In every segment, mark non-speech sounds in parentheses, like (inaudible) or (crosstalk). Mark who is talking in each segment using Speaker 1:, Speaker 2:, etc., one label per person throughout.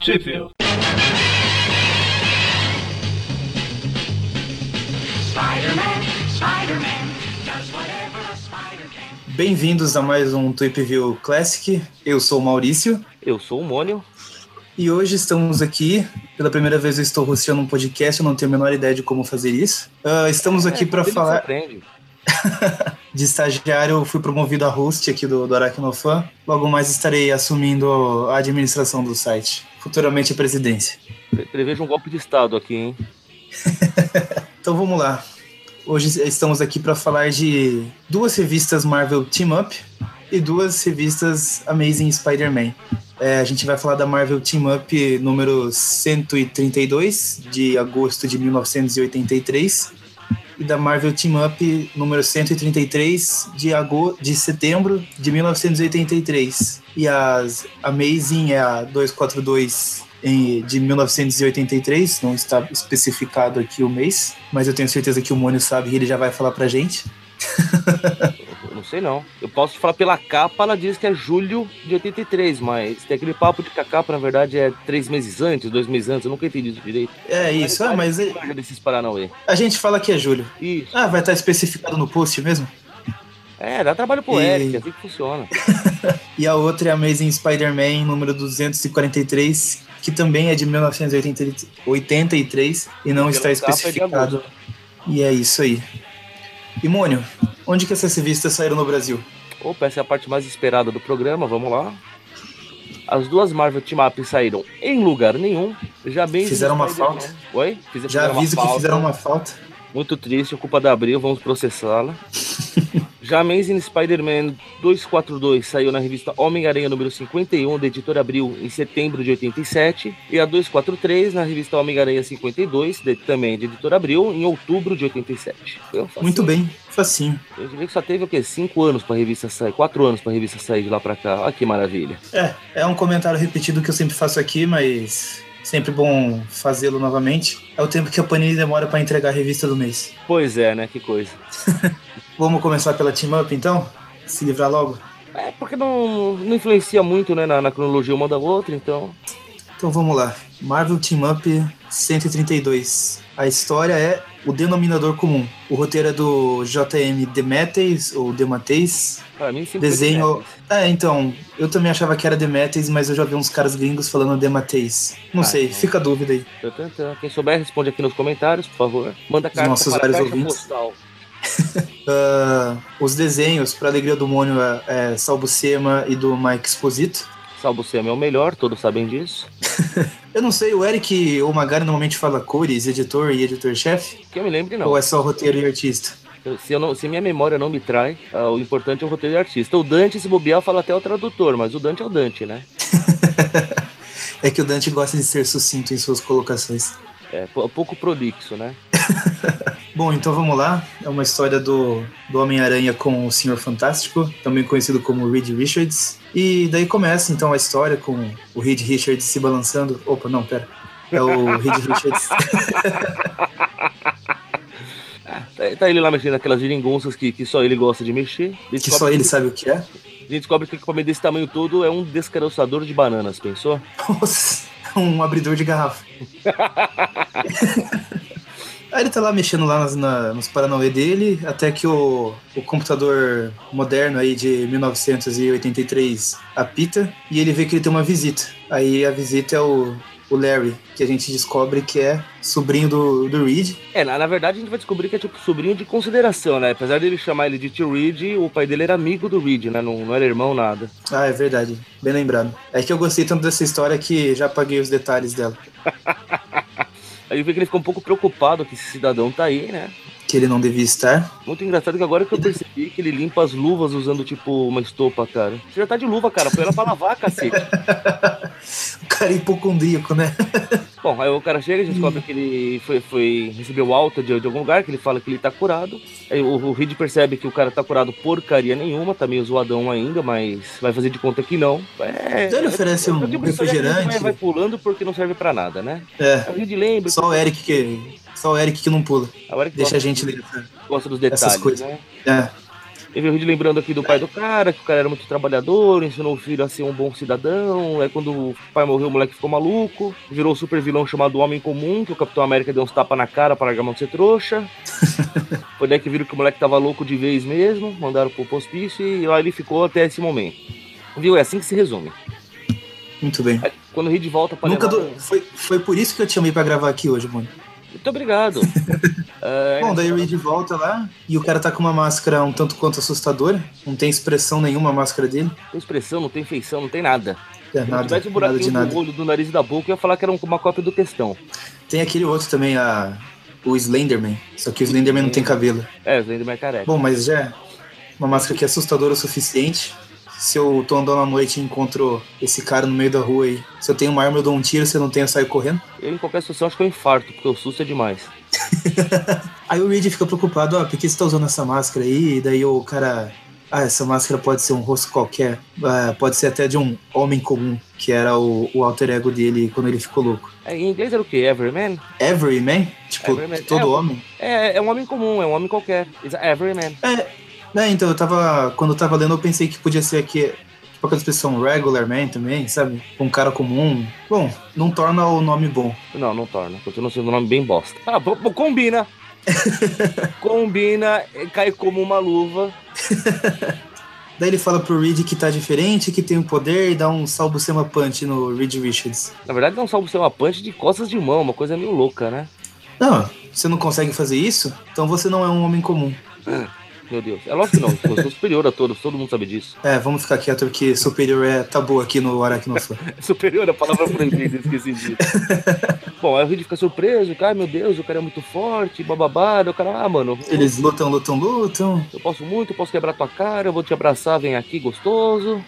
Speaker 1: Sheffield.
Speaker 2: Bem-vindos a mais um Tweep View Classic. Eu sou o Maurício
Speaker 3: Eu sou o Mônio.
Speaker 2: e hoje estamos aqui. Pela primeira vez eu estou hosteando um podcast, eu não tenho a menor ideia de como fazer isso. Ah, estamos
Speaker 3: É,
Speaker 2: aqui para
Speaker 3: Tudo que
Speaker 2: falar
Speaker 3: você aprende.
Speaker 2: de estagiário, eu fui promovido a host aqui do, do Aracnofan. Logo mais estarei assumindo a administração do site, futuramente a presidência.
Speaker 3: Pre- Prevejo um golpe de Estado aqui, hein?
Speaker 2: Então vamos lá. Hoje estamos aqui para falar de duas revistas Marvel Team Up e duas revistas Amazing Spider-Man. É, a gente vai falar da Marvel Team Up número 132, de agosto de 1983, e da Marvel Team Up número 133, de, ago de setembro de 1983. E as Amazing é a 242 em- de 1983, não está especificado aqui o mês, mas eu tenho certeza que o Mônio sabe e ele já vai falar pra gente.
Speaker 3: Eu Não sei não. Eu posso te falar pela capa, ela diz que é julho de 83, mas tem aquele papo de que a capa, na verdade, é três meses antes, dois meses antes, eu nunca entendi isso direito.
Speaker 2: É isso, ah, mas é-
Speaker 3: Manja desses Paranauê.
Speaker 2: a gente fala que é julho.
Speaker 3: Isso.
Speaker 2: Ah, vai estar especificado no post mesmo?
Speaker 3: É, dá trabalho pro
Speaker 2: E-
Speaker 3: Eric, é assim que funciona.
Speaker 2: E a outra é Amazing Spider-Man, número 243, que também é de 1983 e não
Speaker 3: Pela
Speaker 2: está
Speaker 3: capa é de
Speaker 2: especificado. E é isso aí. E Mônio, onde que essas revistas saíram no Brasil?
Speaker 3: Opa, essa é a parte mais esperada do programa, vamos lá. As duas Marvel Team Up saíram em lugar nenhum. Já bem
Speaker 2: Fizeram uma
Speaker 3: Spider-Man.
Speaker 2: falta.
Speaker 3: Oi? Fiz-
Speaker 2: Já
Speaker 3: fizeram uma
Speaker 2: aviso que
Speaker 3: falta.
Speaker 2: fizeram uma falta.
Speaker 3: Muito triste, culpa da Abril, vamos (laughs) processá-la. Já Amazing Spider-Man 242 saiu na revista Homem-Aranha número 51, da editora Abril, em setembro de 87. E a 243 na revista Homem-Aranha 52, de- também de editora Abril, em outubro de 87. Foi um facinho.
Speaker 2: Muito bem, facinho.
Speaker 3: Eu diria que só teve o quê? Cinco anos pra revista sair, quatro anos pra revista sair de lá pra cá. Olha que maravilha.
Speaker 2: É, é um comentário repetido que eu sempre faço aqui, mas sempre bom fazê-lo novamente. É o tempo que a Panini demora para entregar a revista do mês.
Speaker 3: Pois é, né? Que coisa.
Speaker 2: Vamos começar pela Team Up, então? Se livrar logo?
Speaker 3: É, porque não, não influencia muito, né, na, na cronologia uma da outra, então.
Speaker 2: Então vamos lá. Marvel Team Up 132. A história é o denominador comum. O roteiro é do JM Demetes, ou Demateis.
Speaker 3: Pra mim, cinco
Speaker 2: Desenho- É, então, eu também achava que era Demetes, mas eu já vi uns caras gringos falando Demateis. Não
Speaker 3: Ah,
Speaker 2: sei,
Speaker 3: então.
Speaker 2: fica a dúvida aí.
Speaker 3: Tã, tã, tã. Quem souber, responde aqui nos comentários, por favor. Manda carta
Speaker 2: nossos
Speaker 3: para a
Speaker 2: vários
Speaker 3: caixa
Speaker 2: ouvintes.
Speaker 3: postal.
Speaker 2: Ah, os desenhos, pra alegria do Mônio, é, é Salbucema e do Mike Exposito.
Speaker 3: Salvo Sam é o melhor, todos sabem disso.
Speaker 2: Eu não sei, o Eric ou o Magari normalmente fala cores, editor e editor-chefe?
Speaker 3: Que eu me lembre, não.
Speaker 2: Ou é só roteiro e artista?
Speaker 3: Eu- Se, eu não- se minha memória não me trai, ah, o importante é o roteiro de artista. O Dante, se bobear, fala até o tradutor, mas o Dante é o Dante, né?
Speaker 2: É que o Dante gosta de ser sucinto em suas colocações.
Speaker 3: É pou- pouco prolixo, né?
Speaker 2: Bom, então vamos lá. É uma história do, do Homem-Aranha com o Senhor Fantástico, também conhecido como Reed Richards. E daí começa então a história com o Reed Richards se balançando. Opa, não, pera. É o Reed Richards.
Speaker 3: Tá, tá ele lá mexendo naquelas geringonças que, que só ele gosta de mexer.
Speaker 2: que
Speaker 3: Ele
Speaker 2: só
Speaker 3: descobre-
Speaker 2: ele sabe o que é.
Speaker 3: A gente descobre que o equipamento desse tamanho todo é um descaroçador de bananas, pensou?
Speaker 2: Nossa, um abridor de garrafa. Aí ele tá lá mexendo lá nas, na- nos paranauê dele, até que o, o computador moderno aí de 1983 apita, e ele vê que ele tem uma visita. Aí a visita é o, o Larry, que a gente descobre que é sobrinho do, do Reed.
Speaker 3: É, na, na verdade a gente vai descobrir que é tipo sobrinho de consideração, né? Apesar dele chamar ele de tio Reed, o pai dele era amigo do Reed, né? Não, não era irmão, nada.
Speaker 2: Ah, é verdade, bem lembrado. É que eu gostei tanto dessa história que já apaguei os detalhes dela.
Speaker 3: Aí vê que ele ficou um pouco preocupado que esse cidadão tá aí, né?
Speaker 2: Que ele não devia estar. (laughs)
Speaker 3: Muito engraçado que agora que eu percebi que ele limpa as luvas usando tipo uma estopa, cara. Você já tá de luva, cara. Põe ela pra lavar, cacete.
Speaker 2: O cara é hipocondríaco, né?
Speaker 3: Bom, aí o cara chega, a gente descobre que ele foi, foi, recebeu alta de, de algum lugar, que ele fala que ele tá curado. Aí o, o Reed percebe que o cara tá curado porcaria nenhuma, tá meio zoadão ainda, mas vai fazer de conta que não. É,
Speaker 2: Então ele oferece
Speaker 3: eu-
Speaker 2: um
Speaker 3: eu digo isso, né, que
Speaker 2: refrigerante.
Speaker 3: Vai, vai pulando porque não serve pra nada, né?
Speaker 2: É.
Speaker 3: O Reed lembra,
Speaker 2: Só o Eric que. Só o Eric que não pula.
Speaker 3: agora que
Speaker 2: Deixa
Speaker 3: gosta,
Speaker 2: a gente ler. essa-
Speaker 3: gosta dos
Speaker 2: essas
Speaker 3: detalhes,
Speaker 2: coisas.
Speaker 3: né?
Speaker 2: É.
Speaker 3: Evil Reed lembrando aqui do pai do cara, que o cara era muito trabalhador, ensinou o filho a ser um bom cidadão. Aí quando o pai morreu, o moleque ficou maluco. Virou um super vilão chamado Homem Comum, que o Capitão América deu uns tapas na cara para largar a mão de
Speaker 2: (laughs)
Speaker 3: ser trouxa. Foi daí que viram que o moleque tava louco de vez mesmo, mandaram pro hospício e lá ele ficou até esse momento. Viu? É assim que se resume.
Speaker 2: Muito bem.
Speaker 3: Aí, quando o Reed volta pra
Speaker 2: Nunca
Speaker 3: levar- um.
Speaker 2: do- foi, foi por isso que eu te chamei pra gravar aqui hoje, mano. (laughs)
Speaker 3: Muito obrigado. É,
Speaker 2: Bom, daí o Reed volta lá e o cara tá com uma máscara um tanto quanto assustadora. Não tem expressão nenhuma a máscara dele.
Speaker 3: Não tem expressão, não tem feição, não tem nada.
Speaker 2: É,
Speaker 3: Se não
Speaker 2: nada,
Speaker 3: tivesse um
Speaker 2: nada de
Speaker 3: buraquinho
Speaker 2: nada.
Speaker 3: do olho, do nariz e da boca, eu ia falar que era uma cópia do textão.
Speaker 2: Tem aquele outro também, a, o Slenderman. Só que o Slenderman não tem cabelo.
Speaker 3: É, Slender mais careca.
Speaker 2: Bom, mas já é uma máscara que é assustadora o suficiente. Se eu tô andando à noite e encontro esse cara no meio da rua aí, se eu tenho uma arma, eu dou um tiro, se eu não tenho, eu saio correndo.
Speaker 3: Eu, em qualquer situação, acho que eu infarto, porque o susto é demais.
Speaker 2: Aí o Reed fica preocupado, ó, por que você tá usando essa máscara aí? E daí o cara. Ah, essa máscara pode ser um rosto qualquer. Ah, pode ser até de um homem comum, que era o, o alter ego dele quando ele ficou louco.
Speaker 3: É, em inglês era o quê? Everyman?
Speaker 2: Everyman? Tipo,
Speaker 3: Everyman.
Speaker 2: todo
Speaker 3: É, o-
Speaker 2: homem?
Speaker 3: É, é um homem comum, é um homem qualquer. It's a Everyman.
Speaker 2: É, né, então eu tava. Quando eu tava lendo, eu pensei que podia ser aqui. Tipo aquela expressão regular man também, sabe? Um cara comum. Bom, não torna o nome bom.
Speaker 3: Não, não torna. Continua sendo um nome bem bosta. Ah, bo-
Speaker 2: (laughs)
Speaker 3: bo- combina. combina, é, cai como uma luva.
Speaker 2: Daí ele fala pro Reed que tá diferente, que tem um poder e dá um salvo sema punch no Reed Richards.
Speaker 3: Na verdade, não salvo ser uma punch de costas de mão, uma coisa meio louca, né?
Speaker 2: Não, você não consegue fazer isso? Então você não é um homem comum.
Speaker 3: Meu Deus. É lógico que não, eu sou superior a todos, todo mundo sabe disso.
Speaker 2: É, vamos ficar quieto porque superior é tabu aqui no Aracnofã.
Speaker 3: Superior, a palavra proibida, esqueci disso. Bom, aí o Reed fica surpreso, cara, meu Deus, o cara é muito forte, bababá, daí o cara, ah, mano,
Speaker 2: (laughs)
Speaker 3: eu-
Speaker 2: Eles lutam, lutam, lutam.
Speaker 3: eu posso muito, eu posso quebrar tua cara, eu vou te abraçar, vem
Speaker 2: (laughs)
Speaker 3: aqui, gostoso.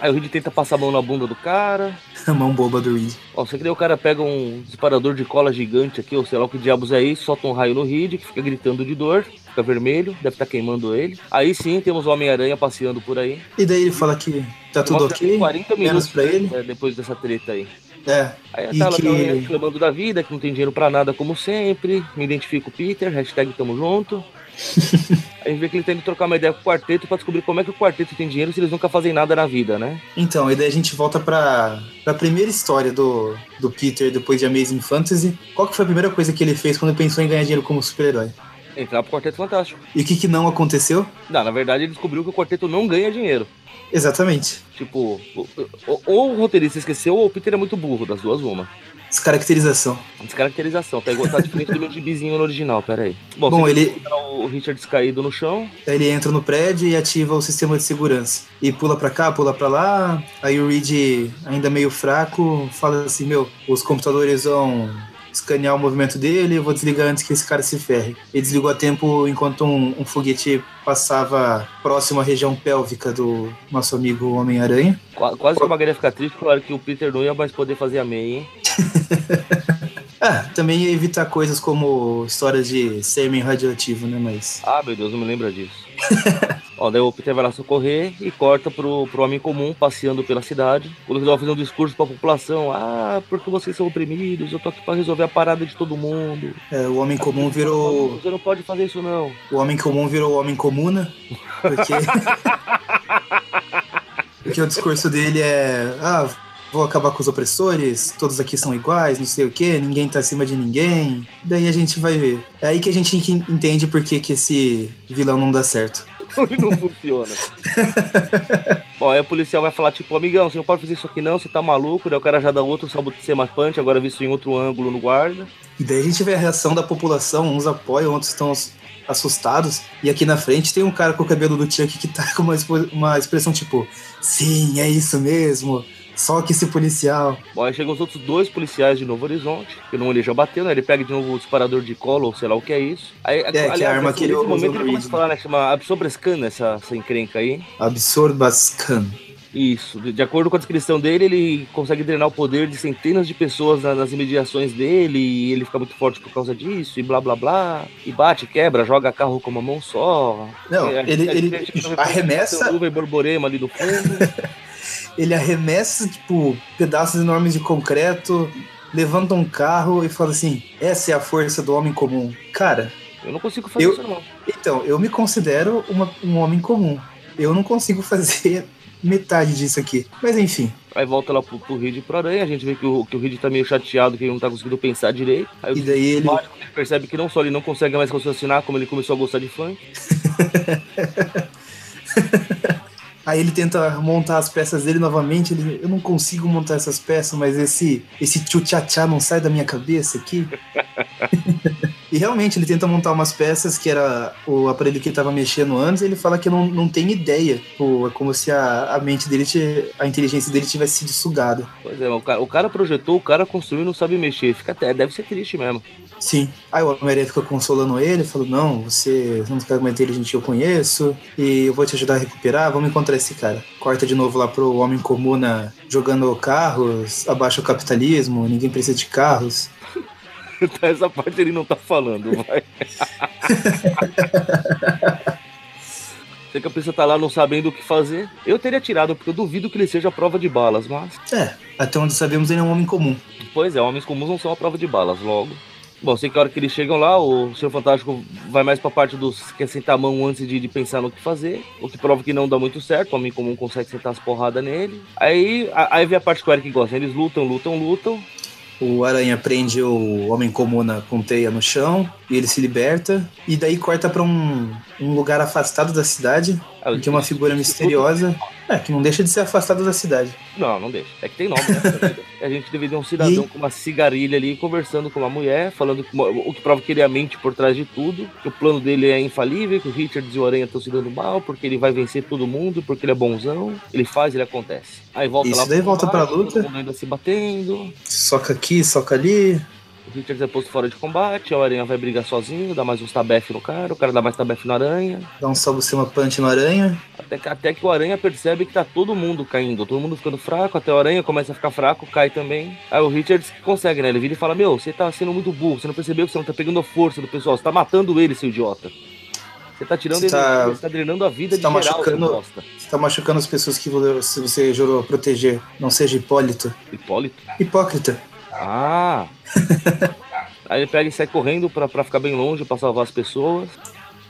Speaker 3: aí o Reed tenta passar a mão na bunda do cara.
Speaker 2: A (laughs) mão boba do Reed.
Speaker 3: Ó, você que daí o cara pega um disparador de cola gigante aqui, ou sei lá o que diabos é isso, solta um raio no Reed, que fica gritando de dor, fica vermelho, deve estar queimando ele. Aí sim, temos o Homem-Aranha passeando por aí.
Speaker 2: E daí ele fala que tá tudo
Speaker 3: Mostra
Speaker 2: ok.
Speaker 3: 40
Speaker 2: menos
Speaker 3: minutos
Speaker 2: pra ele.
Speaker 3: né, depois dessa treta aí.
Speaker 2: É,
Speaker 3: Aí
Speaker 2: E
Speaker 3: tá, ela
Speaker 2: que-
Speaker 3: tá reclamando da vida, que não tem dinheiro pra nada, como sempre. Me identifico, Peter. Hashtag
Speaker 2: (laughs)
Speaker 3: tamo junto. Aí a gente vê que ele tá indo trocar uma ideia com o quarteto pra descobrir como é que o quarteto tem dinheiro se eles nunca fazem nada na vida, né?
Speaker 2: Então, e daí a gente volta pra, pra primeira história do, do Peter depois de Amazing Fantasy. Qual que foi a primeira coisa que ele fez quando pensou em ganhar dinheiro como super-herói?
Speaker 3: Entrar pro Quarteto é Fantástico.
Speaker 2: E o que, que não aconteceu?
Speaker 3: Não, na verdade ele descobriu que o quarteto não ganha dinheiro.
Speaker 2: Exatamente.
Speaker 3: Tipo, o- o- ou o roteirista esqueceu ou o Peter é muito burro, das duas uma.
Speaker 2: Descaracterização.
Speaker 3: Descaracterização, tá, igual, tá diferente do meu gibizinho no original, pera aí. Bom,
Speaker 2: Bom,
Speaker 3: você
Speaker 2: ele,
Speaker 3: vê o Richards caído no chão,
Speaker 2: ele entra no prédio e ativa o sistema de segurança. E pula pra cá, pula pra lá. Aí o Reed, ainda meio fraco, fala assim: Meu, os computadores vão escanear o movimento dele, eu vou desligar antes que esse cara se ferre. Ele desligou a tempo enquanto um, um foguete passava próximo à região pélvica do nosso amigo Homem-Aranha.
Speaker 3: Qua- Quase que o Magalha fica triste, claro que o Peter não ia mais poder fazer a meia, hein?
Speaker 2: Ah, também ia evitar coisas como histórias de sêmen radioativo, né? Mas.
Speaker 3: Ah, meu Deus, não me lembra disso. (laughs) Ó, daí o Peter vai lá socorrer e corta pro, pro homem comum passeando pela cidade. O Lobisomem fazendo um discurso pra população. Ah, porque vocês são oprimidos, eu tô aqui pra resolver a parada de todo mundo.
Speaker 2: é, o homem comum virou.
Speaker 3: Você não pode fazer isso, não. (laughs)
Speaker 2: O homem comum virou o homem comuna. Porque. porque o discurso dele é. Ah, vou acabar com os opressores, todos aqui são iguais, não sei o quê, ninguém tá acima de ninguém. Daí a gente vai ver. É aí que a gente en- entende por que, que esse vilão não dá certo.
Speaker 3: E não funciona. Bom, aí o policial vai falar, tipo, amigão, você não pode fazer isso aqui não, você tá maluco. Daí o cara já dá outro salvo de ser matante, agora visto em outro ângulo no guarda.
Speaker 2: E daí a gente vê a reação da população, uns apoiam, outros estão ass- assustados. E aqui na frente tem um cara com o cabelo do Chuck que tá (laughs) com uma, expo- uma expressão tipo: Sim, é isso mesmo, só que esse policial.
Speaker 3: Bom, aí chegam os outros dois policiais de Novo Horizonte, que não ele já bateu, né? Ele pega de novo o disparador de cola, ou sei lá o que é isso. Aí,
Speaker 2: que a arma
Speaker 3: nesse-
Speaker 2: que ele
Speaker 3: nesse
Speaker 2: usa é
Speaker 3: momento
Speaker 2: no
Speaker 3: ele começa a
Speaker 2: vídeo.
Speaker 3: falar, né? Chama Absobrescan essa, essa encrenca aí.
Speaker 2: Absorbascan.
Speaker 3: Isso. De, de acordo com a descrição dele, ele consegue drenar o poder de centenas de pessoas na- nas imediações dele, e ele fica muito forte por causa disso, e blá blá blá. E bate, quebra, joga carro com uma mão só.
Speaker 2: Não,
Speaker 3: É,
Speaker 2: ele,
Speaker 3: é,
Speaker 2: ele
Speaker 3: tipo,
Speaker 2: arremessa,
Speaker 3: Luva e borborema ali do fundo.
Speaker 2: (laughs) ele arremessa, tipo, pedaços enormes de concreto, levanta um carro e fala assim: Essa é a força do homem comum. Cara,
Speaker 3: Eu não consigo fazer
Speaker 2: Eu-
Speaker 3: isso, não.
Speaker 2: Então, eu me considero uma- um homem comum. Eu não consigo (laughs) fazer metade disso aqui. Mas enfim,
Speaker 3: Aí volta lá pro, pro Reed e pro Aranha, a gente vê que o, que o Reed tá meio chateado, que ele não tá conseguindo pensar direito. Aí
Speaker 2: e
Speaker 3: o
Speaker 2: daí ele.
Speaker 3: Batman percebe que não só ele não consegue mais raciocinar, como ele começou a gostar de funk.
Speaker 2: Aí ele tenta montar as peças dele novamente. Ele, eu não consigo montar essas peças, mas esse esse tchutchá não sai da minha cabeça aqui. (laughs) e realmente ele tenta montar umas peças que era o aparelho que ele tava mexendo antes. E ele fala que não, não tem ideia. Pô, é como se a, a mente dele, ti- a inteligência dele tivesse sido sugada.
Speaker 3: Pois é, o cara, o cara projetou, o cara construiu e não sabe mexer. Fica até, deve ser triste mesmo. (laughs)
Speaker 2: Sim. Aí o Homem-Aranha fica consolando ele, falou: Não, você não fica mais inteligente que eu conheço, e eu vou te ajudar a recuperar, vamos encontrar esse cara. Corta de novo lá pro Homem Comuna jogando carros, abaixa o capitalismo, ninguém precisa de carros.
Speaker 3: Então, Essa parte ele não tá falando, vai. Sei que a pessoa tá lá não sabendo o que fazer. Eu teria tirado, porque eu duvido que ele seja a prova de balas, mas.
Speaker 2: É, até onde sabemos ele é um homem comum.
Speaker 3: Pois é, homens comuns não são a prova de balas, logo. Bom, sei que a hora que eles chegam lá, o Senhor Fantástico vai mais pra parte dos que é sentar a mão antes de, de pensar no que fazer, o que prova que não dá muito certo, o homem comum consegue sentar as porradas nele. Aí, a- aí vem a parte que o Eric gosta, né? eles lutam, lutam, lutam,
Speaker 2: O Aranha prende o Homem Comuna com teia no chão, e ele se liberta, e daí corta pra um, um lugar afastado da cidade,
Speaker 3: Aí
Speaker 2: em que uma figura misteriosa. É, que não deixa de ser afastado da cidade.
Speaker 3: Não, não deixa. É que tem nome, né? a gente deveria um cidadão com uma cigarilha ali conversando com uma mulher, falando que, o que prova que ele é a mente por trás de tudo, que o plano dele é infalível, que o Richards e o Aranha estão se dando mal, porque ele vai vencer todo mundo, porque ele é bonzão. Ele faz, ele acontece. Aí volta
Speaker 2: Isso
Speaker 3: lá.
Speaker 2: daí
Speaker 3: pro
Speaker 2: volta pra
Speaker 3: combate,
Speaker 2: luta.
Speaker 3: Todo mundo ainda se batendo.
Speaker 2: Soca aqui, soca ali,
Speaker 3: O Richards é posto fora de combate, o Aranha vai brigar sozinho, dá mais uns tabef no cara, o cara dá mais tabef no Aranha.
Speaker 2: Dá um salvo ser uma punch no aranha.
Speaker 3: Até que, até que o Aranha percebe que tá todo mundo caindo, todo mundo ficando fraco, até o Aranha começa a ficar fraco, cai também. Aí o Richards consegue, né? Ele vira e fala: Meu, você tá sendo muito burro, você não percebeu que você não tá pegando a força do pessoal, você tá matando ele, seu idiota. Você tá tirando
Speaker 2: Você
Speaker 3: ele,
Speaker 2: tá-
Speaker 3: você tá drenando a vida
Speaker 2: você
Speaker 3: de
Speaker 2: tá
Speaker 3: geral,
Speaker 2: machucando-
Speaker 3: seu bosta.
Speaker 2: Você tá machucando as pessoas que vo- se você jurou proteger. Não seja hipólito.
Speaker 3: Hipólito?
Speaker 2: Hipócrita. (laughs)
Speaker 3: Ah! Aí ele pega e sai correndo pra, pra ficar bem longe, pra salvar as pessoas.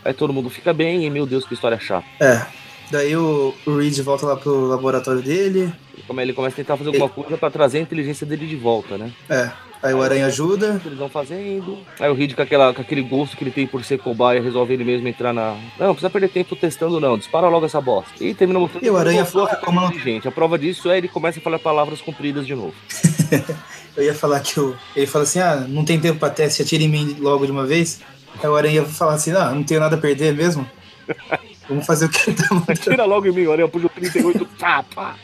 Speaker 3: Aí todo mundo fica bem, e meu Deus, que história chata.
Speaker 2: É. Daí o, o Reed volta lá pro laboratório dele.
Speaker 3: Ele come- Ele começa a tentar fazer alguma coisa pra trazer a inteligência dele de volta, né?
Speaker 2: É. Aí o aranha ajuda.
Speaker 3: que eles vão fazendo. Aí o Reed, com, aquela, com aquele gosto que ele tem por ser cobaia, resolve ele mesmo entrar na. Não, não precisa perder tempo testando, não. Dispara logo essa bosta. E termina mostrando.
Speaker 2: E o Aranha
Speaker 3: Pô,
Speaker 2: fala como não-
Speaker 3: Gente, a prova disso é ele começa a falar palavras compridas de novo.
Speaker 2: Eu ia falar que o. Ele fala assim: ah, não tem tempo pra teste, atira em mim logo de uma vez. Aí o aranha fala assim: ah, não tenho nada a perder mesmo. Vamos fazer o que ele tá mandando.
Speaker 3: (laughs) Tira logo em mim, olha, eu puxo o (laughs) 38, pá, pá.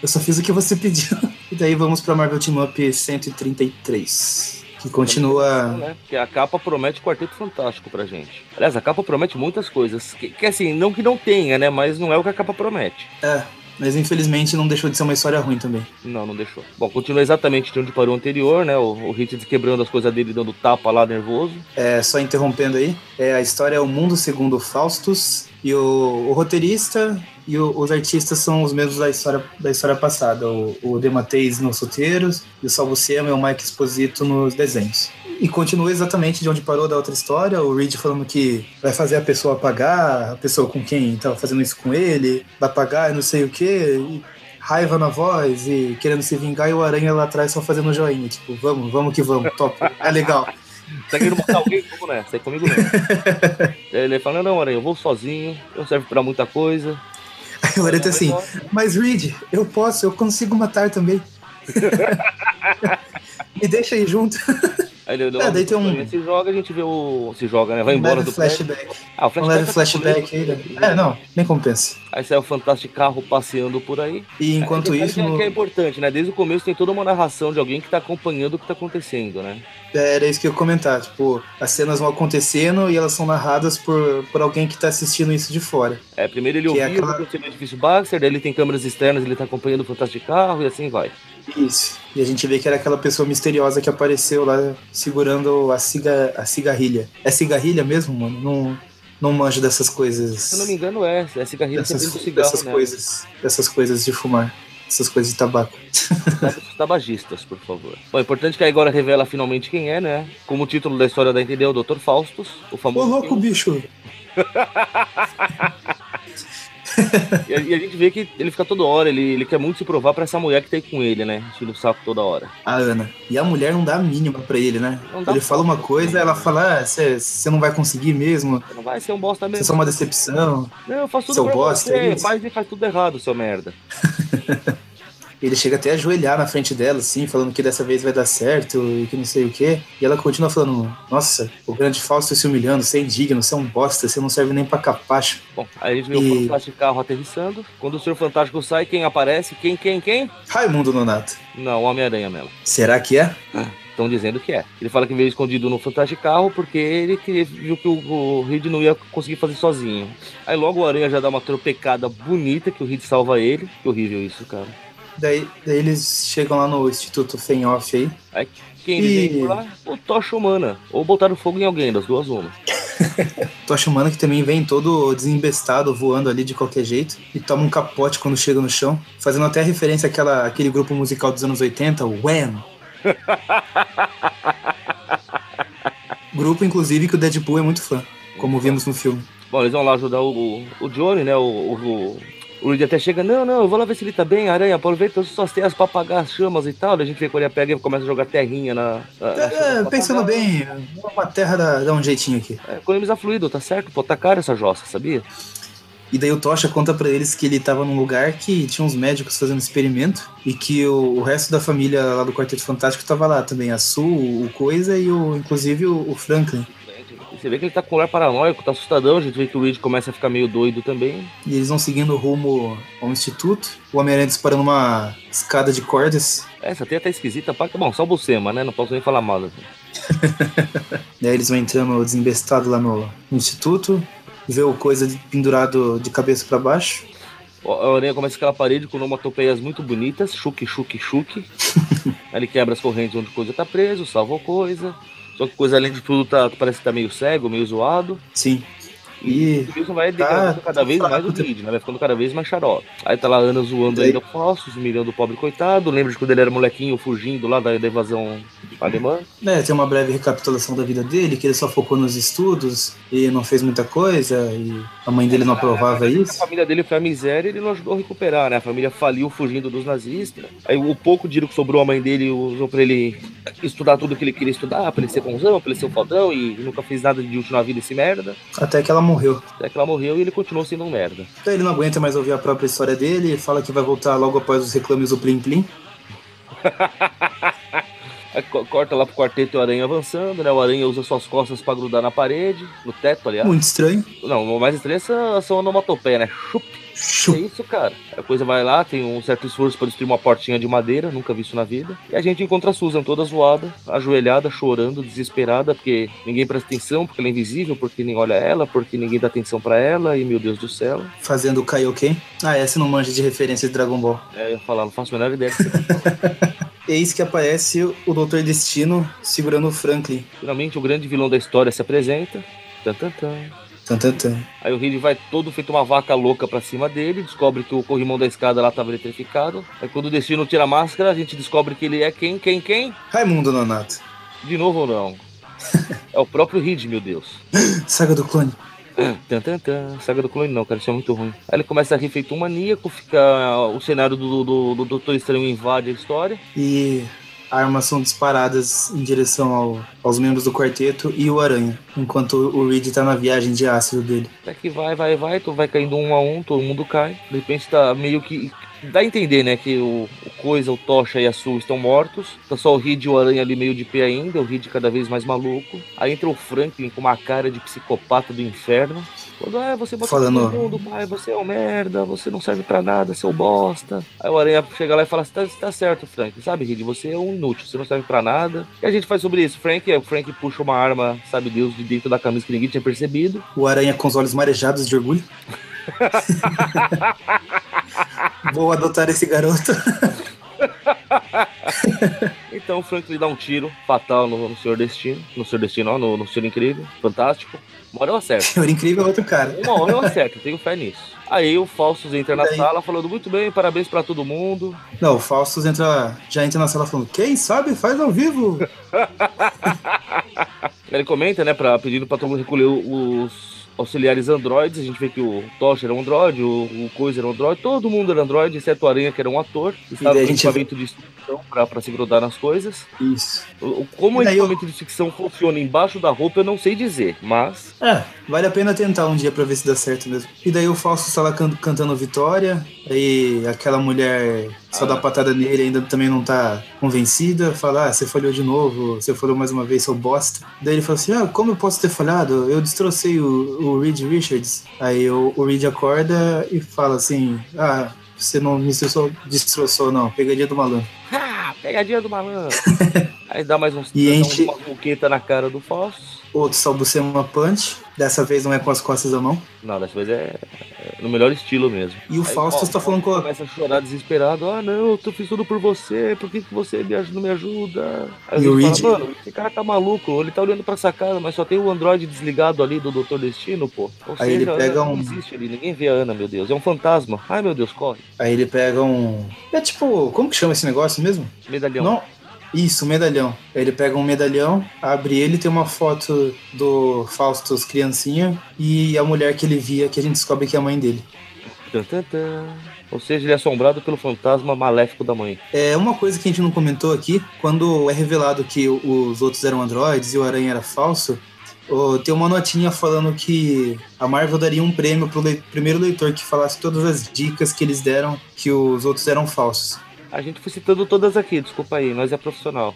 Speaker 2: Eu só fiz o que você pediu. E daí vamos pra Marvel Team Up 133. Que continua.
Speaker 3: Né? Que a capa promete quarteto fantástico pra gente. Aliás, a capa promete muitas coisas. Que, que assim, não que não tenha, né? Mas não é o que a capa promete.
Speaker 2: É, mas infelizmente não deixou de ser uma história ruim também.
Speaker 3: Não, não deixou. Bom, continua exatamente de onde parou o anterior, né? O, o Hit quebrando as coisas dele, dando tapa lá, nervoso.
Speaker 2: É, só interrompendo aí, é, a história é o mundo segundo o Faustus, e o, o roteirista e o- os artistas são os mesmos da história, da história passada. O, o Demateis nos roteiros, e o Salvo Sema e o Mike Esposito nos desenhos. E continua exatamente de onde parou da outra história, o Reed falando que vai fazer a pessoa pagar, a pessoa com quem estava fazendo isso com ele, vai pagar e não sei o quê, e raiva na voz e querendo se vingar, e o Aranha lá atrás só fazendo joinha, tipo, vamos, vamos que vamos, top, é legal. (laughs)
Speaker 3: Tá querendo matar alguém? Vamos nessa, é comigo não. Aí ele fala, não, Aranha, eu vou sozinho, eu servo pra muita coisa.
Speaker 2: Aí o Aranha tá assim, mas Reed, eu posso, eu consigo matar
Speaker 3: (laughs)
Speaker 2: também. Me deixa aí junto.
Speaker 3: Aí ele
Speaker 2: É, daí tem um-
Speaker 3: Ele se joga, a gente vê o... se joga, né, vai
Speaker 2: Um
Speaker 3: embora
Speaker 2: leve
Speaker 3: do prédio.
Speaker 2: flashback.
Speaker 3: Ah, o
Speaker 2: Um leve
Speaker 3: tá
Speaker 2: flashback aí.
Speaker 3: com ele.
Speaker 2: né? É, não, nem compensa.
Speaker 3: Aí sai o fantástico carro passeando por aí.
Speaker 2: E enquanto
Speaker 3: Aí,
Speaker 2: isso,
Speaker 3: que, é-
Speaker 2: no-
Speaker 3: que é importante, né, desde o começo tem toda uma narração de alguém que tá acompanhando o que tá acontecendo, né.
Speaker 2: é, era isso que eu ia comentar. Tipo, as cenas vão acontecendo e elas são narradas por, por alguém que tá assistindo isso de fora.
Speaker 3: É, primeiro ele
Speaker 2: Que é
Speaker 3: ouviu
Speaker 2: aquela-
Speaker 3: o acontecimento do edifício Baxter, daí ele tem câmeras externas, ele tá acompanhando o fantástico carro e assim vai.
Speaker 2: Isso. E a gente vê que era aquela pessoa misteriosa que apareceu lá segurando a, ciga, a cigarrilha. É cigarrilha mesmo, mano? Não, não manjo dessas coisas.
Speaker 3: Se eu não me engano é, é cigarrilho que é
Speaker 2: dessas,
Speaker 3: cigarro,
Speaker 2: dessas
Speaker 3: né.
Speaker 2: coisas dessas coisas de fumar essas coisas de tabaco.
Speaker 3: Os tabagistas, por favor. Bom, é importante que a agora revela finalmente quem é, né? Como o título da história da entendeu, o Dr. Faustus, o
Speaker 2: Ô,
Speaker 3: famoso.
Speaker 2: louco, bicho!
Speaker 3: E a, e a gente vê que ele fica toda hora, ele, ele quer muito se provar pra essa mulher que tá aí com ele, né? Tira o saco toda hora.
Speaker 2: A Ana. E a mulher não dá a mínima pra ele, né?
Speaker 3: Não dá
Speaker 2: Ele fala uma
Speaker 3: foco.
Speaker 2: coisa, ela fala, ah, você não vai conseguir mesmo,
Speaker 3: Não vai ser um
Speaker 2: você
Speaker 3: bosta
Speaker 2: é
Speaker 3: mesmo.
Speaker 2: só uma decepção.
Speaker 3: Não, eu faço tudo
Speaker 2: Seu
Speaker 3: pra
Speaker 2: bosta,
Speaker 3: você,
Speaker 2: é isso?
Speaker 3: faz e faz tudo errado, seu merda.
Speaker 2: Ele chega até a ajoelhar na frente dela, assim, falando que dessa vez vai dar certo e que não sei o quê. E ela continua falando, nossa, o grande Fausto se humilhando, você é indigno, você é um bosta, você não serve nem pra capacho.
Speaker 3: Bom, aí a gente vê o
Speaker 2: E-
Speaker 3: Fantástico Carro aterrissando. Quando o Senhor Fantástico sai, quem aparece? Quem, quem, quem?
Speaker 2: Raimundo Nonato.
Speaker 3: Não, o Homem-Aranha mesmo.
Speaker 2: Será que é?
Speaker 3: Estão dizendo que é. Ele fala que veio escondido no Fantástico Carro porque ele queria- viu que o, o Reed não ia conseguir fazer sozinho. Aí logo o Aranha já dá uma tropecada bonita que o Reed salva ele. Que horrível isso, cara.
Speaker 2: Daí, daí eles chegam lá no Instituto Fenhoff aí.
Speaker 3: Aí quem ele
Speaker 2: E-
Speaker 3: vem por lá? O Tocha Humana. Ou botaram fogo em alguém, das duas uma.
Speaker 2: Tô achando que também vem todo desembestado, voando ali de qualquer jeito. E toma um capote quando chega no chão. Fazendo até referência àquela, àquele grupo musical dos anos 80, o Wham! grupo, inclusive, que o Deadpool é muito fã. Como vimos no filme.
Speaker 3: Bom, eles vão lá ajudar o, o, o Johnny, né? O, o, o- o Reed até chega, não, não, eu vou lá ver se ele tá bem, aranha, aproveita suas terras pra apagar as chamas e tal. Daí a gente vê quando ele pega e começa a jogar terrinha na. na- na chama
Speaker 2: É,
Speaker 3: pra
Speaker 2: pensando
Speaker 3: apagar.
Speaker 2: bem, uma terra dá, dá um jeitinho aqui.
Speaker 3: É, economiza fluido, tá certo? Pô, tá cara essa jossa, sabia?
Speaker 2: E daí o Tocha conta pra eles que ele tava num lugar que tinha uns médicos fazendo experimento e que o, o resto da família lá do Quarteto Fantástico tava lá também. A Sul, o Coisa e o, inclusive o, o Franklin.
Speaker 3: E Você vê que ele tá com um ar paranoico, tá assustadão, a gente vê que o Reed começa a ficar meio doido também.
Speaker 2: E eles vão seguindo rumo ao instituto. O Homem-Aranha disparando uma escada de cordas.
Speaker 3: Essa teia tá esquisita, pá, que bom, só o Bucema, né? Não posso nem falar mal.
Speaker 2: Daí eles vão entrando desembestado lá no, no instituto. Vê o Coisa de- pendurado de cabeça pra baixo.
Speaker 3: O- A aranha começa aquela parede com onomatopeias muito bonitas, chuque, chuque, chuque. Aí ele quebra as correntes onde coisa tá preso, salva o coisa. Só que coisa, além de tudo, tá, parece que tá meio cego, meio zoado.
Speaker 2: Sim.
Speaker 3: E
Speaker 2: E
Speaker 3: o Wilson vai degradando cada vez mais o
Speaker 2: fraco,
Speaker 3: vídeo, né? Vai ficando cada vez mais xarope. Aí tá lá a Ana zoando ainda o falso, humilhando o pobre coitado. Lembra de quando ele era molequinho fugindo lá da da invasão alemã?
Speaker 2: né, tem uma breve recapitulação da vida dele, que ele só focou nos estudos e não fez muita coisa, e a mãe dele não aprovava
Speaker 3: A
Speaker 2: isso.
Speaker 3: família dele foi à miséria e ele não ajudou a recuperar, né? A família faliu fugindo dos nazistas. Aí o pouco dinheiro que sobrou a mãe dele usou pra ele estudar tudo que ele queria estudar, pra ele ser bonzão, pra ele ser um fodão e nunca fez nada de útil na vida esse merda.
Speaker 2: Até que ela morreu.
Speaker 3: Até que ela morreu e ele continuou sendo um merda.
Speaker 2: Daí ele não aguenta mais ouvir a própria história dele, fala que vai voltar logo após os reclames do Plim Plim.
Speaker 3: Aí co- corta lá pro quarteto e o Aranha avançando, né? O Aranha usa suas costas pra grudar na parede, no teto, aliás.
Speaker 2: Muito estranho.
Speaker 3: Não, o mais estranho é essa são onomatopeia, né? Chup, que é
Speaker 2: Chup.
Speaker 3: isso, cara? A coisa vai lá, tem um certo esforço pra destruir uma portinha de madeira, nunca vi isso na vida. E a gente encontra a Susan toda zoada, ajoelhada, chorando, desesperada, porque ninguém presta atenção, porque ela é invisível, porque ninguém olha ela, porque ninguém dá atenção pra ela, e meu Deus do céu.
Speaker 2: Fazendo o Kaioken. Ah, essa não manja de referência de Dragon Ball.
Speaker 3: É, eu ia falar, não faço a menor ideia. (laughs) do que-
Speaker 2: Eis que aparece o Doutor Destino segurando o Franklin.
Speaker 3: Finalmente o grande vilão da história se apresenta. Tan, tan, tan.
Speaker 2: Tan, tan, tan.
Speaker 3: Aí o Reed vai todo feito uma vaca louca pra cima dele, descobre que o corrimão da escada lá tava eletrificado. Aí quando o destino tira a máscara, a gente descobre que ele é quem, quem, quem?
Speaker 2: Raimundo Nonato.
Speaker 3: De novo ou não? É o próprio Reed, meu Deus.
Speaker 2: Saga do Clone.
Speaker 3: Tan, tan, tan. Saga do clone não, cara, isso é muito ruim. Aí ele começa a rir feito um maníaco, fica... O cenário do, do, do Doutor Estranho invade a história.
Speaker 2: e armas são disparadas em direção ao- aos membros do quarteto e o Aranha, enquanto o Reed tá na viagem de ácido dele.
Speaker 3: Até É que vai, vai, vai, tu vai caindo um a um, todo mundo cai. De repente tá meio que... Dá a entender, né, que o, o Coisa, o Tocha e a Sul estão mortos. Tá só o Reed e o Aranha ali meio de pé ainda, o Reed cada vez mais maluco. Aí entra o Franklin com uma cara de psicopata do inferno. Quando, ah, você botou
Speaker 2: Falando-
Speaker 3: todo mundo, pai, você é um merda, você não serve pra nada, seu bosta. Aí o Aranha chega lá e fala, você tá, você tá certo, Frank, sabe, Reed, você é um inútil, você não serve pra nada. O que a gente faz sobre isso? Frank, é, o Frank puxa uma arma, sabe Deus, de dentro da camisa que ninguém tinha percebido.
Speaker 2: O Aranha com os olhos marejados de orgulho. Vou adotar esse garoto.
Speaker 3: Então o Franklin dá um tiro fatal no, no Senhor Destino. No Senhor Destino, ó, no, no Senhor Incrível. Fantástico. Uma hora eu acerto.
Speaker 2: Senhor um incrível é outro cara.
Speaker 3: Uma hora eu acerto, eu tenho fé nisso. Aí o Faustus entra na sala falando muito bem, parabéns pra todo mundo.
Speaker 2: Não, o Faustus entra, já entra na sala falando, quem sabe faz ao vivo.
Speaker 3: Ele comenta, né, pra, pedindo pra todo mundo recolher os auxiliares androides. A gente vê que o Tosh era um android, o, o Coisa era um android, todo mundo era android, exceto o Aranha, que era um ator, que estava
Speaker 2: daí a
Speaker 3: com
Speaker 2: gente
Speaker 3: equipamento de instrução pra, pra se grudar nas coisas.
Speaker 2: Isso.
Speaker 3: O- o- Como
Speaker 2: E
Speaker 3: o
Speaker 2: daí eu-
Speaker 3: equipamento de ficção funciona embaixo da roupa, eu não sei dizer, mas.
Speaker 2: É, vale a pena tentar um dia pra ver se dá certo mesmo. E daí o Fausto tá lá can- cantando Vitória, aí aquela mulher só
Speaker 3: Ah.
Speaker 2: dá patada nele ainda também não tá convencida, fala, ah, você falhou de novo, você falou mais uma vez, seu bosta. Daí ele fala assim, ah, como eu posso ter falhado? Eu destrocei o, o Reed Richards. Aí o, o Reed acorda e fala assim, ah, você não me destroçou, destroçou não, pegadinha do malandro.
Speaker 3: Ah, pegadinha do
Speaker 2: (laughs)
Speaker 3: malandro. Aí dá mais uns,
Speaker 2: E
Speaker 3: dá
Speaker 2: enche-
Speaker 3: uma boqueta na cara do Faustus.
Speaker 2: Outro salbucema uma punch, dessa vez não é com as costas da mão.
Speaker 3: Não, dessa vez é é no melhor estilo mesmo.
Speaker 2: E o
Speaker 3: Aí,
Speaker 2: Fausto
Speaker 3: ó,
Speaker 2: tá falando com a
Speaker 3: Começa a chorar desesperado. Ah, não, eu tô- fiz tudo por você. Por que, que você me aj- não me ajuda? Aí
Speaker 2: E o
Speaker 3: ele fala,
Speaker 2: Reed-
Speaker 3: mano, esse cara tá maluco. Ele tá olhando pra sacada, mas só tem o Android desligado ali do Dr. Destino, pô. Ou
Speaker 2: Aí ele
Speaker 3: seja, a
Speaker 2: pega
Speaker 3: Ana
Speaker 2: um-
Speaker 3: Não existe ali, ninguém vê a Ana, meu Deus. É um fantasma. Ai, meu Deus, corre.
Speaker 2: Aí ele pega um. É tipo, como que chama esse negócio mesmo?
Speaker 3: Medalhão.
Speaker 2: Não. Isso, um medalhão. Aí ele pega um medalhão, abre ele, tem uma foto do Faustus criancinha e a mulher que ele via, que a gente descobre que é a mãe dele.
Speaker 3: Tan, tan, tan. Ou seja, ele é assombrado pelo fantasma maléfico da mãe.
Speaker 2: É uma coisa que a gente não comentou aqui, quando é revelado que o- os outros eram androides e o Aranha era falso, ô, tem uma notinha falando que a Marvel daria um prêmio pro le- primeiro leitor que falasse todas as dicas que eles deram que os outros eram falsos.
Speaker 3: A gente foi citando todas aqui, desculpa aí, nós é profissional.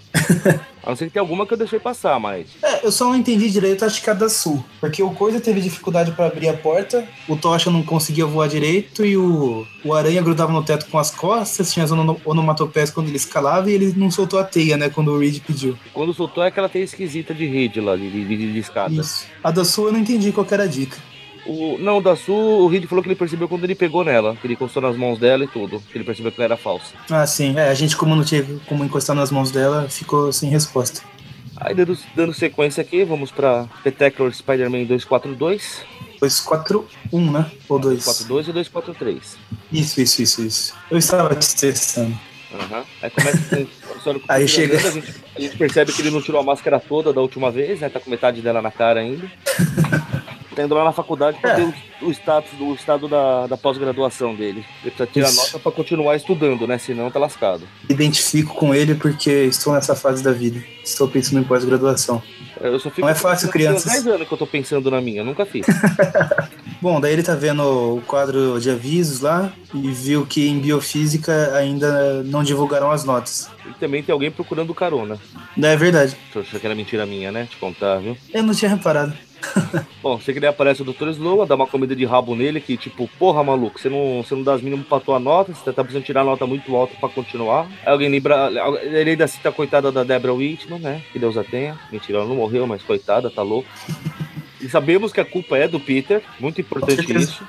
Speaker 3: a não ser que tem alguma que eu deixei passar, mas.
Speaker 2: É, eu só não entendi direito acho que a da Sul. Porque o Coisa teve dificuldade pra abrir a porta, o Tocha não conseguia voar direito e o, o Aranha grudava no teto com as costas, tinha as ono- onomatopeias quando ele escalava e ele não soltou a teia, né, quando o Reed pediu.
Speaker 3: Quando soltou é aquela teia esquisita de rede lá, de, de, de- de escada.
Speaker 2: Isso. A da Sul eu não entendi qual que era a dica.
Speaker 3: O, não, o da Su, o Reed falou que ele percebeu quando ele pegou nela, que ele encostou nas mãos dela e tudo, que ele percebeu que ela era falsa.
Speaker 2: Ah, sim. É, a gente, como não tinha como encostar nas mãos dela, ficou sem resposta.
Speaker 3: Aí, dando, dando sequência aqui, vamos pra Spectacular Spider-Man 242,
Speaker 2: 241, né? Ou 2.
Speaker 3: 242 e 243.
Speaker 2: Isso, isso, isso, isso. Eu estava te testando.
Speaker 3: Aham. Aí começa com o professor com
Speaker 2: Aí
Speaker 3: o
Speaker 2: chega-
Speaker 3: a gente, a gente percebe que ele não tirou a máscara toda da última vez, né? Tá com metade dela na cara ainda. Tá indo lá na faculdade pra
Speaker 2: É.
Speaker 3: ter o, o status, o estado da, da pós-graduação dele. Ele precisa tirar
Speaker 2: Isso.
Speaker 3: nota pra continuar estudando, né? Senão tá lascado.
Speaker 2: Identifico com ele porque estou nessa fase da vida. Estou pensando em pós-graduação.
Speaker 3: Eu só fico.
Speaker 2: Não é fácil,
Speaker 3: Tem uns
Speaker 2: crianças.
Speaker 3: 10 anos que eu tô pensando na minha, eu nunca fiz.
Speaker 2: Bom, daí ele tá vendo o quadro de avisos lá e viu que em biofísica ainda não divulgaram as notas.
Speaker 3: e também tem alguém procurando carona.
Speaker 2: Daí é verdade.
Speaker 3: Tô achando que era mentira minha, né? Te contar, viu?
Speaker 2: Eu não tinha reparado.
Speaker 3: Bom, sei que daí aparece o Dr. Sloan, dá uma comida de rabo nele, que tipo, porra, maluco, você não, você não dá as mínimas pra tua nota, você tá precisando tirar a nota muito alta pra continuar. Aí alguém lembra, ele ainda cita a coitada da Deborah Whitman, né? Que Deus a tenha. Mentira, ela não morreu, mas coitada, tá louco. E sabemos que a culpa é do Peter, muito
Speaker 2: Com
Speaker 3: importante
Speaker 2: certeza.
Speaker 3: isso.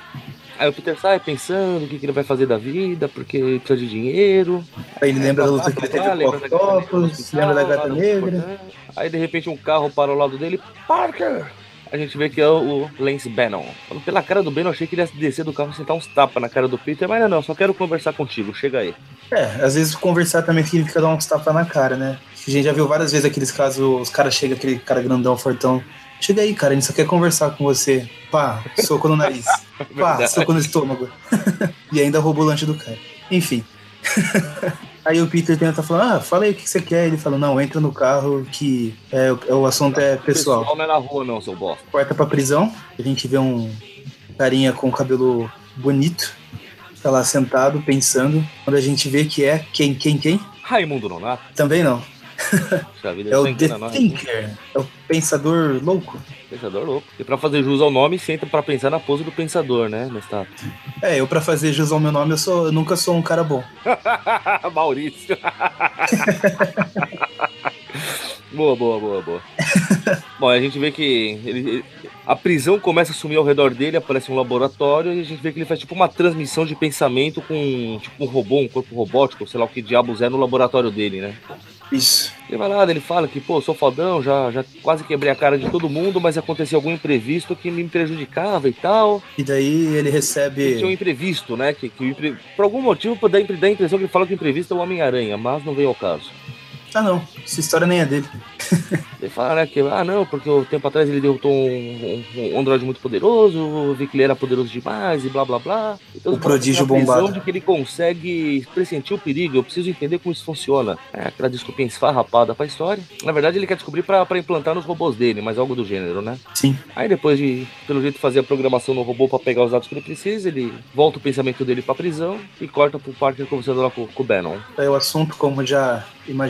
Speaker 3: Aí o Peter sai pensando o que, que ele vai fazer da vida, porque ele precisa de dinheiro.
Speaker 2: Aí ele lembra da
Speaker 3: Ah,
Speaker 2: luta que ele teve com
Speaker 3: lembra
Speaker 2: o
Speaker 3: da gata negra Ah, no
Speaker 2: Octopus,
Speaker 3: hospital,
Speaker 2: lembra da
Speaker 3: lá
Speaker 2: gata
Speaker 3: no
Speaker 2: negra.
Speaker 3: portão. Aí de repente um carro para ao lado dele, Parker! A gente vê que é o Lance Bannon. Falando Pela cara do Bannon, eu achei que ele ia descer do carro e sentar uns tapas na cara do Peter, mas não, não, só quero conversar contigo, chega aí.
Speaker 2: É, às vezes conversar também significa dar uns tapas na cara, né? A gente já viu várias vezes aqueles casos, os caras chegam, aquele cara grandão, fortão. Chega aí, cara, a gente só quer conversar com você. Pá, soco no nariz. Pá,
Speaker 3: Verdade.
Speaker 2: soco no estômago. (laughs) e ainda roubou o lanche do cara. Enfim. (laughs) aí o Peter tenta falar, ah, fala aí o que você quer. Ele fala, não, entra no carro que é, o- o assunto é pessoal.
Speaker 3: não é na rua não, seu bosta.
Speaker 2: Corta pra prisão. A gente vê um carinha com cabelo bonito. Tá lá sentado, pensando. Quando a gente vê que é quem, quem, quem?
Speaker 3: Raimundo Nonato,
Speaker 2: Também não.
Speaker 3: puxa
Speaker 2: É
Speaker 3: vida, ele só
Speaker 2: o The
Speaker 3: engana nós.
Speaker 2: Thinker. É o pensador louco.
Speaker 3: Pensador louco. E pra fazer jus ao nome, senta pra pensar na pose do pensador, né? Na estátua.
Speaker 2: É, eu pra fazer jus ao meu nome, eu, sou, eu nunca sou um cara bom.
Speaker 3: (laughs) Maurício. boa, boa, boa, boa. Bom, a gente vê que ele- ele- a prisão começa a sumir ao redor dele, aparece um laboratório e a gente vê que ele faz tipo uma transmissão de pensamento com tipo um robô, um corpo robótico, sei lá o que diabos é no laboratório dele, né?
Speaker 2: Isso.
Speaker 3: Ele vai lá, ele fala que, pô, sou fodão, já, já quase quebrei a cara de todo mundo, mas aconteceu algum imprevisto que me prejudicava e tal.
Speaker 2: E daí ele
Speaker 3: E tinha um
Speaker 2: recebe.
Speaker 3: imprevisto, né? Que, que o impre- Por algum motivo pô, dá a impre- dá a impressão que ele fala que o imprevisto é o Homem-Aranha, mas não veio ao caso.
Speaker 2: Ah, não. Essa história nem é dele.
Speaker 3: Ele fala, né, que, ah não, porque o tempo atrás ele derrotou um, um, um androide muito poderoso, eu vi que ele era poderoso demais e blá blá blá. Então,
Speaker 2: O
Speaker 3: ele
Speaker 2: prodígio
Speaker 3: tem a visão
Speaker 2: bombado.
Speaker 3: de que ele consegue pressentir o perigo, eu preciso entender como isso funciona. É aquela desculpinha esfarrapada pra história. Na verdade ele quer descobrir pra, pra implantar nos robôs dele, mas algo do gênero, né?
Speaker 2: Sim.
Speaker 3: Aí depois de, pelo jeito, fazer a programação no robô pra pegar os dados que ele precisa, ele volta o pensamento dele pra prisão e corta pro Parker conversando lá com, com o Bannon.
Speaker 2: Aí É o assunto, como já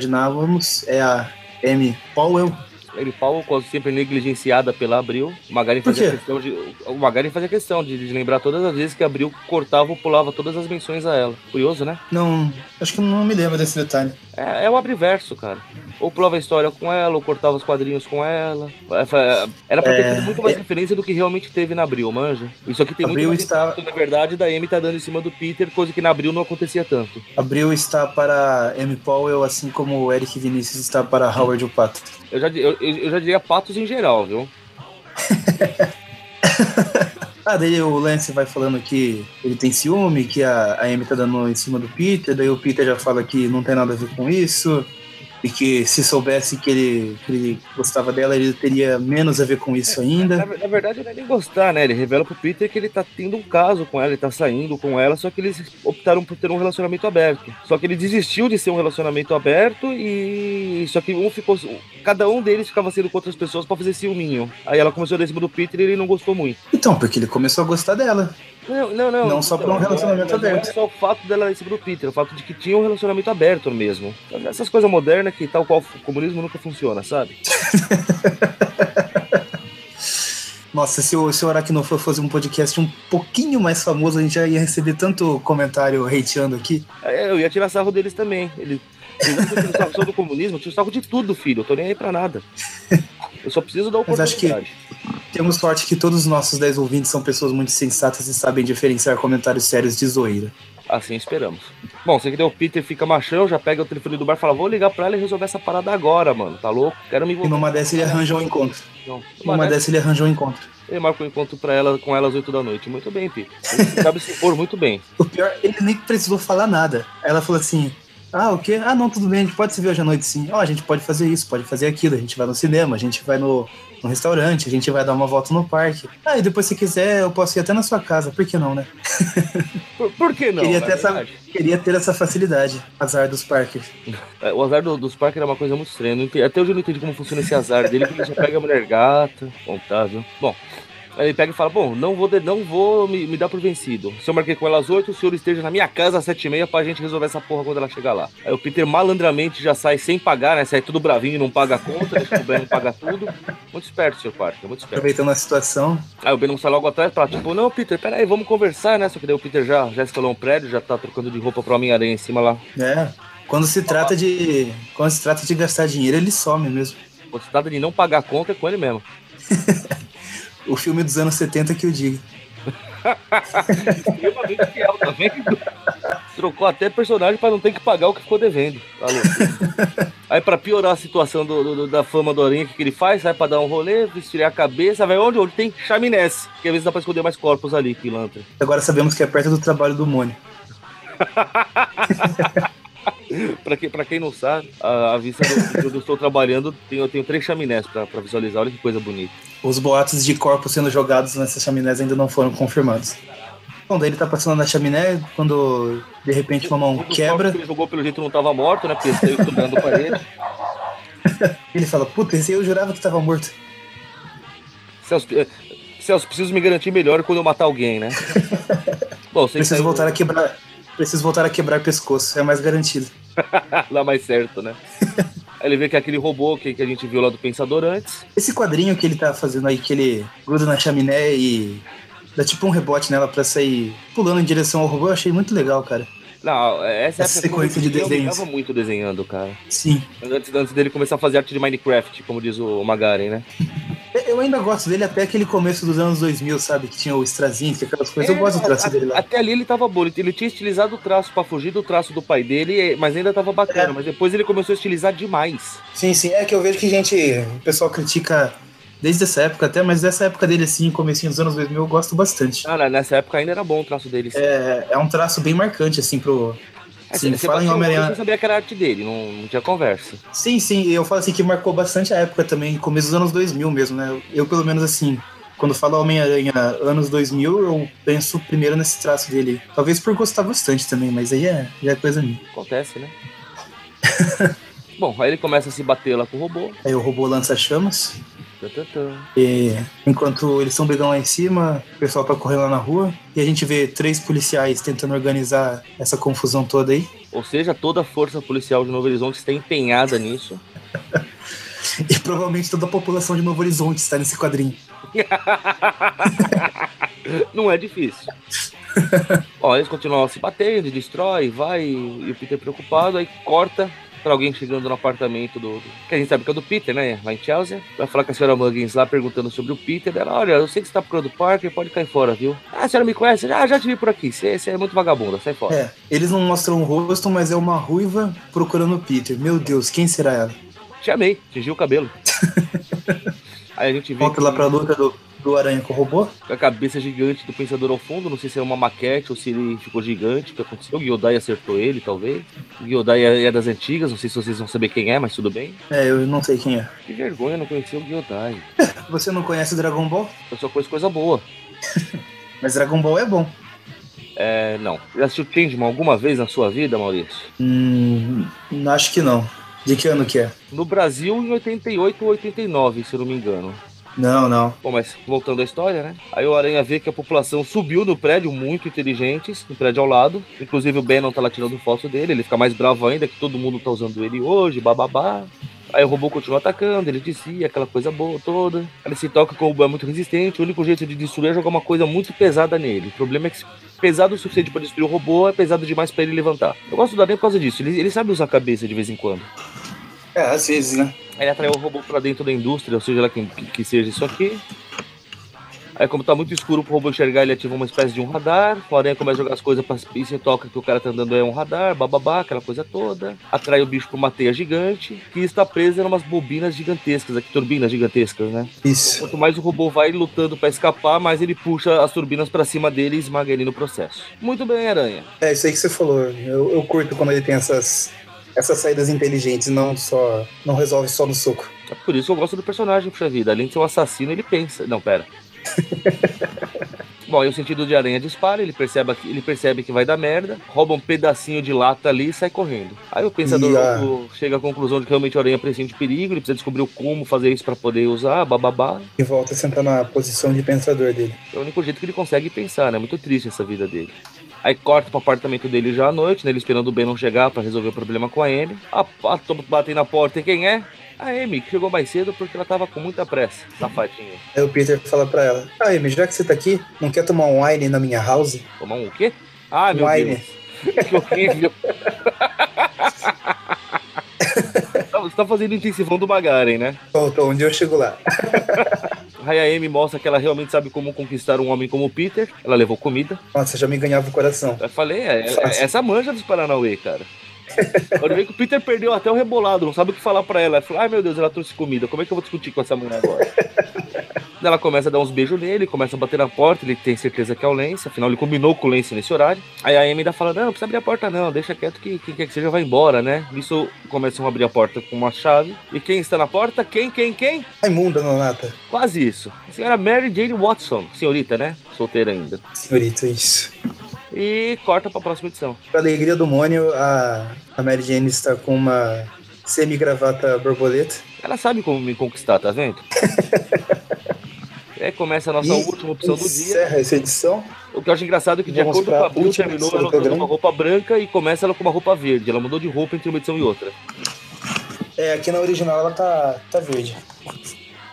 Speaker 2: imaginávamos, é a M. Powell.
Speaker 3: Ele Paulo, quase sempre negligenciada pela Abril. O Magaren
Speaker 2: Por
Speaker 3: fazia
Speaker 2: quê?
Speaker 3: questão de. O Magaren fazia questão de, de lembrar todas as vezes que a Abril cortava ou pulava todas as menções a ela. Curioso, né?
Speaker 2: Não. Acho que eu não me lembro desse detalhe.
Speaker 3: É, é o Abriverso, cara. Ou pulava a história com ela, ou cortava os quadrinhos com ela. É, fa- Era pra ter
Speaker 2: É,
Speaker 3: tido muito mais
Speaker 2: é.
Speaker 3: referência do que realmente teve na Abril, manja. Isso aqui tem
Speaker 2: Abril
Speaker 3: muito mais
Speaker 2: está-
Speaker 3: impacto, na verdade, da Amy tá dando em cima do Peter, coisa que na Abril não acontecia tanto.
Speaker 2: Abril está para M. Powell, assim como o Eric Vinícius está para Howard Opato.
Speaker 3: Eu já, di- eu, eu eu já diria patos em geral, viu?
Speaker 2: Ah, daí o Lance vai falando que ele tem ciúme, que a, a Amy tá dando em cima do Peter, daí o Peter já fala que não tem nada a ver com isso, e que se soubesse que ele, que ele gostava dela, ele teria menos a ver com isso
Speaker 3: Na,
Speaker 2: ainda.
Speaker 3: na verdade, ele nem gostar, né? Ele revela pro Peter que ele tá tendo um caso com ela, ele tá saindo com ela, só que eles optaram por ter um relacionamento aberto. Só que ele desistiu de ser um relacionamento aberto e. Só que um ficou. Cada um deles ficava sendo com outras pessoas pra fazer ciúminho. Aí ela começou a dar em cima do Peter e ele não gostou muito.
Speaker 2: Então, porque ele começou a gostar dela.
Speaker 3: Não, não, não.
Speaker 2: Não só por um relacionamento
Speaker 3: não é-
Speaker 2: aberto.
Speaker 3: Não é só o fato dela em cima do Peter, o fato de que tinha um relacionamento aberto mesmo. Essas coisas modernas que tal qual o comunismo nunca funciona, sabe?
Speaker 2: Nossa, se o, se o Aracnofã fosse um podcast um pouquinho mais famoso, a gente já ia receber tanto comentário hateando aqui.
Speaker 3: É, eu ia tirar sarro deles também. Eles, eles não tiram sarro só do comunismo, eu tiro sarro de tudo, filho. Eu tô nem aí pra nada. Eu só preciso da
Speaker 2: Mas acho que-
Speaker 3: oportunidade.
Speaker 2: Temos sorte que todos os nossos 10 ouvintes são pessoas muito sensatas e sabem diferenciar comentários sérios de zoeira.
Speaker 3: Assim esperamos. Bom, sei que deu o Peter fica machão, já pega o telefone do bar e fala: vou ligar pra ela e resolver essa parada agora, mano. Tá louco? Quero
Speaker 2: E
Speaker 3: me envolver.
Speaker 2: numa dessa ele arranja um encontro.
Speaker 3: Não.
Speaker 2: Numa dessa ele arranja um encontro.
Speaker 3: Ele marca um encontro pra ela, com ela às 8 da noite. Muito bem, Peter. Ele sabe se impor muito bem.
Speaker 2: O pior, ele nem precisou falar nada. Aí ela falou assim: Ah, o quê? Ah, não, tudo bem, a gente pode se ver hoje à noite sim. Ó, a gente pode fazer isso, pode fazer aquilo, a gente vai no cinema, a gente vai no, no restaurante, a gente vai dar uma volta no parque. Ah, e depois se quiser, eu posso ir até na sua casa, por que não, né?
Speaker 3: Por, por que não?
Speaker 2: Queria
Speaker 3: na
Speaker 2: ter essa-
Speaker 3: verdade?
Speaker 2: Queria ter essa facilidade, azar dos parques.
Speaker 3: É, O azar do- dos parques era uma coisa muito estranha. Não ente- Até hoje eu não entendi como funciona esse azar dele, porque ele já pega a mulher gata, contável. Bom, aí ele pega e fala: Bom, não vou, de- não vou me, me dar por vencido. Se eu marquei com ela às 8, o senhor esteja na minha casa às 7 e meia pra gente resolver essa porra quando ela chegar lá. Aí o Peter malandramente já sai sem pagar, né? Sai tudo bravinho, não paga a conta, deixa o Breno pagar tudo. Muito esperto, senhor Parker, muito esperto.
Speaker 2: Aproveitando a situação,
Speaker 3: Aí o Beno sai logo atrás e fala, tipo, não, Peter, peraí, vamos conversar, né? Só que daí o Peter já, já escalou um prédio, já tá trocando de roupa pro Homem-Aranha em cima lá
Speaker 2: né? Quando se trata de. Quando se trata de gastar dinheiro, ele some mesmo.
Speaker 3: Pô, se trata de não pagar a conta é com ele mesmo.
Speaker 2: O filme dos anos 70 que eu digo.
Speaker 3: (laughs) extremamente fiel, tá vendo? Trocou até personagem pra não ter que pagar o que ficou devendo. Tá (laughs) louco? Aí pra piorar a situação do- do- do- da fama do Aranha, o que, que ele faz? Sai pra dar um rolê, esfriar a cabeça, vai onde? Onde tem chaminés. Que às vezes dá pra esconder mais corpos ali, pilantra.
Speaker 2: Agora sabemos que é perto do trabalho do Mônio.
Speaker 3: pra, que, pra quem não sabe, a, a vista do, de onde eu estou trabalhando, tem, eu tenho três chaminés pra, pra visualizar. Olha que coisa bonita.
Speaker 2: Os boatos de corpos sendo jogados nessas chaminés ainda não foram confirmados. Bom, daí ele tá passando na chaminé quando de repente uma
Speaker 3: Um
Speaker 2: mão
Speaker 3: dos corpos
Speaker 2: quebra.
Speaker 3: que Ele jogou pelo jeito não tava morto, né? Porque ele saiu estudando a parede.
Speaker 2: Ele fala: Puta, esse aí eu jurava que tava morto.
Speaker 3: Celso, eh, Celso, preciso me garantir melhor quando eu matar alguém,
Speaker 2: (laughs)
Speaker 3: né? Bom, sei que
Speaker 2: Preciso
Speaker 3: saiu
Speaker 2: voltar a quebrar. Preciso voltar a quebrar pescoço, é mais garantido.
Speaker 3: (laughs) lá mais
Speaker 2: (laughs)
Speaker 3: certo, né? Aí ele vê que é aquele robô que, que a gente viu lá do Pensador antes.
Speaker 2: Esse quadrinho que ele tá fazendo aí, que ele gruda na chaminé e dá tipo um rebote nela pra sair pulando em direção ao robô, eu achei muito legal, cara.
Speaker 3: Não, essa, é
Speaker 2: Essa
Speaker 3: época que eu
Speaker 2: sequência de
Speaker 3: desenhei, Eu
Speaker 2: desenhos.
Speaker 3: ficava muito desenhando, cara.
Speaker 2: Sim.
Speaker 3: Antes, antes dele começar a fazer arte de Minecraft, como diz o Magaren, né?
Speaker 2: Eu ainda gosto dele até aquele começo dos anos 2000, sabe? Que tinha o Strazinski, aquelas coisas. Eu gosto do traço
Speaker 3: a-
Speaker 2: dele lá.
Speaker 3: É, Até ali ele tava bom, ele, ele tinha estilizado o traço pra fugir do traço do pai dele, eh, mas ainda tava bacana.
Speaker 2: É.
Speaker 3: Mas depois ele começou a estilizar demais.
Speaker 2: Sim, sim. É que eu vejo que gente, o pessoal critica desde essa época até, mas dessa época dele, assim, comecinho dos anos 2000, eu gosto bastante.
Speaker 3: Cara, Ah, nessa época ainda era bom o traço dele.
Speaker 2: É, é um traço bem marcante, assim, pro. Sim, fala em Homem-Aranha.
Speaker 3: Eu sabia que era a arte dele, não, não tinha conversa.
Speaker 2: Sim, sim, eu falo assim que marcou bastante a época também, começo dos anos 2000 mesmo, né? Eu, pelo menos, assim, quando falo Homem-Aranha anos 2000, eu penso primeiro nesse traço dele. Talvez por gostar bastante também, mas aí é, já é coisa minha.
Speaker 3: Acontece, né? (laughs) bom, aí ele começa a se bater lá com o robô.
Speaker 2: Aí o robô lança chamas,
Speaker 3: Tã, tã, tã.
Speaker 2: e enquanto eles estão brigando lá em cima, o pessoal tá correndo lá na rua, e a gente vê três policiais tentando organizar essa confusão toda aí. (laughs)
Speaker 3: Ou seja, toda a força policial de Novo Horizonte está empenhada nisso. (laughs)
Speaker 2: E provavelmente toda a população de Novo Horizonte está nesse quadrinho.
Speaker 3: Não é difícil. Ó, eles continuam se batendo, destrói, vai, e o Peter preocupado, aí corta pra alguém chegando no apartamento do. do- Que a gente sabe que é do Peter, né? Lá em Chelsea. Vai falar com a senhora Muggins lá perguntando sobre o Peter. Ela, olha, eu sei que você tá procurando o Parker, pode cair fora, viu? Ah, a senhora me conhece? Ah, já te vi por aqui. Você você é muito vagabunda, sai fora.
Speaker 2: É, eles não mostram o rosto, mas é uma ruiva procurando o Peter. Meu Deus, quem será ela?
Speaker 3: Te amei, tingiu
Speaker 2: (laughs)
Speaker 3: o cabelo. aí a gente vê é.
Speaker 2: Volta
Speaker 3: que-
Speaker 2: lá pra luta do, do aranha com o robô.
Speaker 3: com a cabeça gigante do Pensador ao fundo. Não sei se é uma maquete ou se ele ficou gigante, o que aconteceu. O Giodai acertou ele, talvez. O Giodai é é das antigas, não sei se vocês vão saber quem é, mas tudo bem.
Speaker 2: É, eu não sei quem é.
Speaker 3: Que vergonha, não conhecer o Giodai.
Speaker 2: Você não conhece Dragon Ball?
Speaker 3: Eu só conheço coisa boa.
Speaker 2: Mas Dragon Ball é bom.
Speaker 3: É, não. Já assistiu Changeman alguma vez na sua vida, Maurício?
Speaker 2: Hum, acho que não. De que ano que é?
Speaker 3: No Brasil, em 88 ou 89, se eu não me engano.
Speaker 2: Não, não.
Speaker 3: Bom, mas voltando à história, né? Aí o Aranha vê que a população subiu no prédio, muito inteligentes, no prédio ao lado. Inclusive o Bannon tá lá tirando foto dele, ele fica mais bravo ainda que todo mundo tá usando ele hoje, bababá. Aí o robô continua atacando, ele dizia aquela coisa boa toda. Aí Ele se toca que o robô é muito resistente, o único jeito de destruir é jogar uma coisa muito pesada nele. O problema é que se pesado o suficiente pra destruir o robô, é pesado demais pra ele levantar. Eu gosto do Aranha por causa disso, ele, ele sabe usar a cabeça de vez em quando.
Speaker 2: É, às vezes, né?
Speaker 3: Aí Ele atraiu o robô pra dentro da indústria, ou seja lá quem que que seja isso aqui. Aí, como tá muito escuro pro robô enxergar, ele ativa uma espécie de um radar. O aranha começa a jogar as coisas pra, e você toca que o cara tá andando é um radar, bababá, aquela coisa toda. Atrai o bicho pra uma teia gigante, que está presa em umas bobinas gigantescas, aqui, turbinas gigantescas, né?
Speaker 2: Isso.
Speaker 3: Quanto mais o robô vai lutando pra escapar, mais ele puxa as turbinas pra cima dele e esmaga ele no processo. Muito bem, aranha.
Speaker 2: É isso aí que você falou. Eu, eu curto quando ele tem essas, essas saídas inteligentes, não só. Não resolve só no soco.
Speaker 3: É por isso que eu gosto do personagem, puxa vida. Além de ser um assassino, ele pensa.
Speaker 2: (laughs)
Speaker 3: Não, pera. Bom, aí o sentido de aranha dispara, ele percebe, que, ele percebe que vai dar merda, rouba um pedacinho de lata ali e sai correndo. Aí o pensador
Speaker 2: E a-
Speaker 3: louco chega à conclusão de que realmente a aranha pressente perigo, ele precisa descobrir o como fazer isso pra poder usar, bababá.
Speaker 2: E volta a sentar na posição de pensador dele.
Speaker 3: É o único jeito que ele consegue pensar, né? Muito triste essa vida dele. Aí corta pro apartamento dele já à noite, né? Ele esperando o Bannon chegar pra resolver o problema com a Amy. A, a batem na porta e quem é? A Amy, que chegou mais cedo porque ela tava com muita pressa, safadinha.
Speaker 2: Aí o Peter fala pra ela: Ah, Amy, já que você tá aqui, não quer tomar um wine na minha house?
Speaker 3: Tomar um quê? Ah, meu
Speaker 2: Wine.
Speaker 3: Deus. (laughs) Que horrível. Tá- Você tá fazendo intensivão do Magaren, né?
Speaker 2: Tô, tô, onde eu chego lá.
Speaker 3: Aí a Amy mostra que ela realmente sabe como conquistar um homem como o Peter. Ela levou comida.
Speaker 2: Nossa, já me ganhava o coração.
Speaker 3: Eu falei, é, é-
Speaker 2: Fácil.
Speaker 3: essa manja dos Paranauê, cara. Quando vê que o Peter perdeu até o rebolado, não sabe o que falar pra ela. Ela Falou, ai meu Deus, ela trouxe comida, como é que eu vou discutir com essa mulher agora? ela começa a dar uns beijos nele, começa a bater na porta, ele tem certeza que é o Lance, afinal ele combinou com o Lance nesse horário. Aí a Amy ainda fala, não, não precisa abrir a porta não, deixa quieto que quem quer que seja vai embora, né? Nisso começam a abrir a porta com uma chave. E quem está na porta? Quem, quem, quem?
Speaker 2: Raimunda, Nonata.
Speaker 3: Quase isso. A senhora Mary Jane Watson, senhorita, né? Solteira ainda.
Speaker 2: Senhorita, isso.
Speaker 3: E corta pra próxima edição.
Speaker 2: Pra alegria do Mônio, a, a Mary Jane está com uma semi-gravata borboleta.
Speaker 3: Ela sabe como me conquistar, tá
Speaker 2: (laughs)
Speaker 3: vendo? e aí começa a nossa
Speaker 2: E
Speaker 3: última opção do dia.
Speaker 2: Encerra essa edição.
Speaker 3: O que eu acho engraçado é que, de
Speaker 2: Vamos
Speaker 3: acordo
Speaker 2: pra
Speaker 3: com a Abril,
Speaker 2: última
Speaker 3: terminou
Speaker 2: edição
Speaker 3: ela
Speaker 2: do
Speaker 3: com uma
Speaker 2: programa.
Speaker 3: roupa branca e começa ela com uma roupa verde. Ela mudou de roupa entre uma edição e outra.
Speaker 2: É, aqui na original ela tá, tá verde.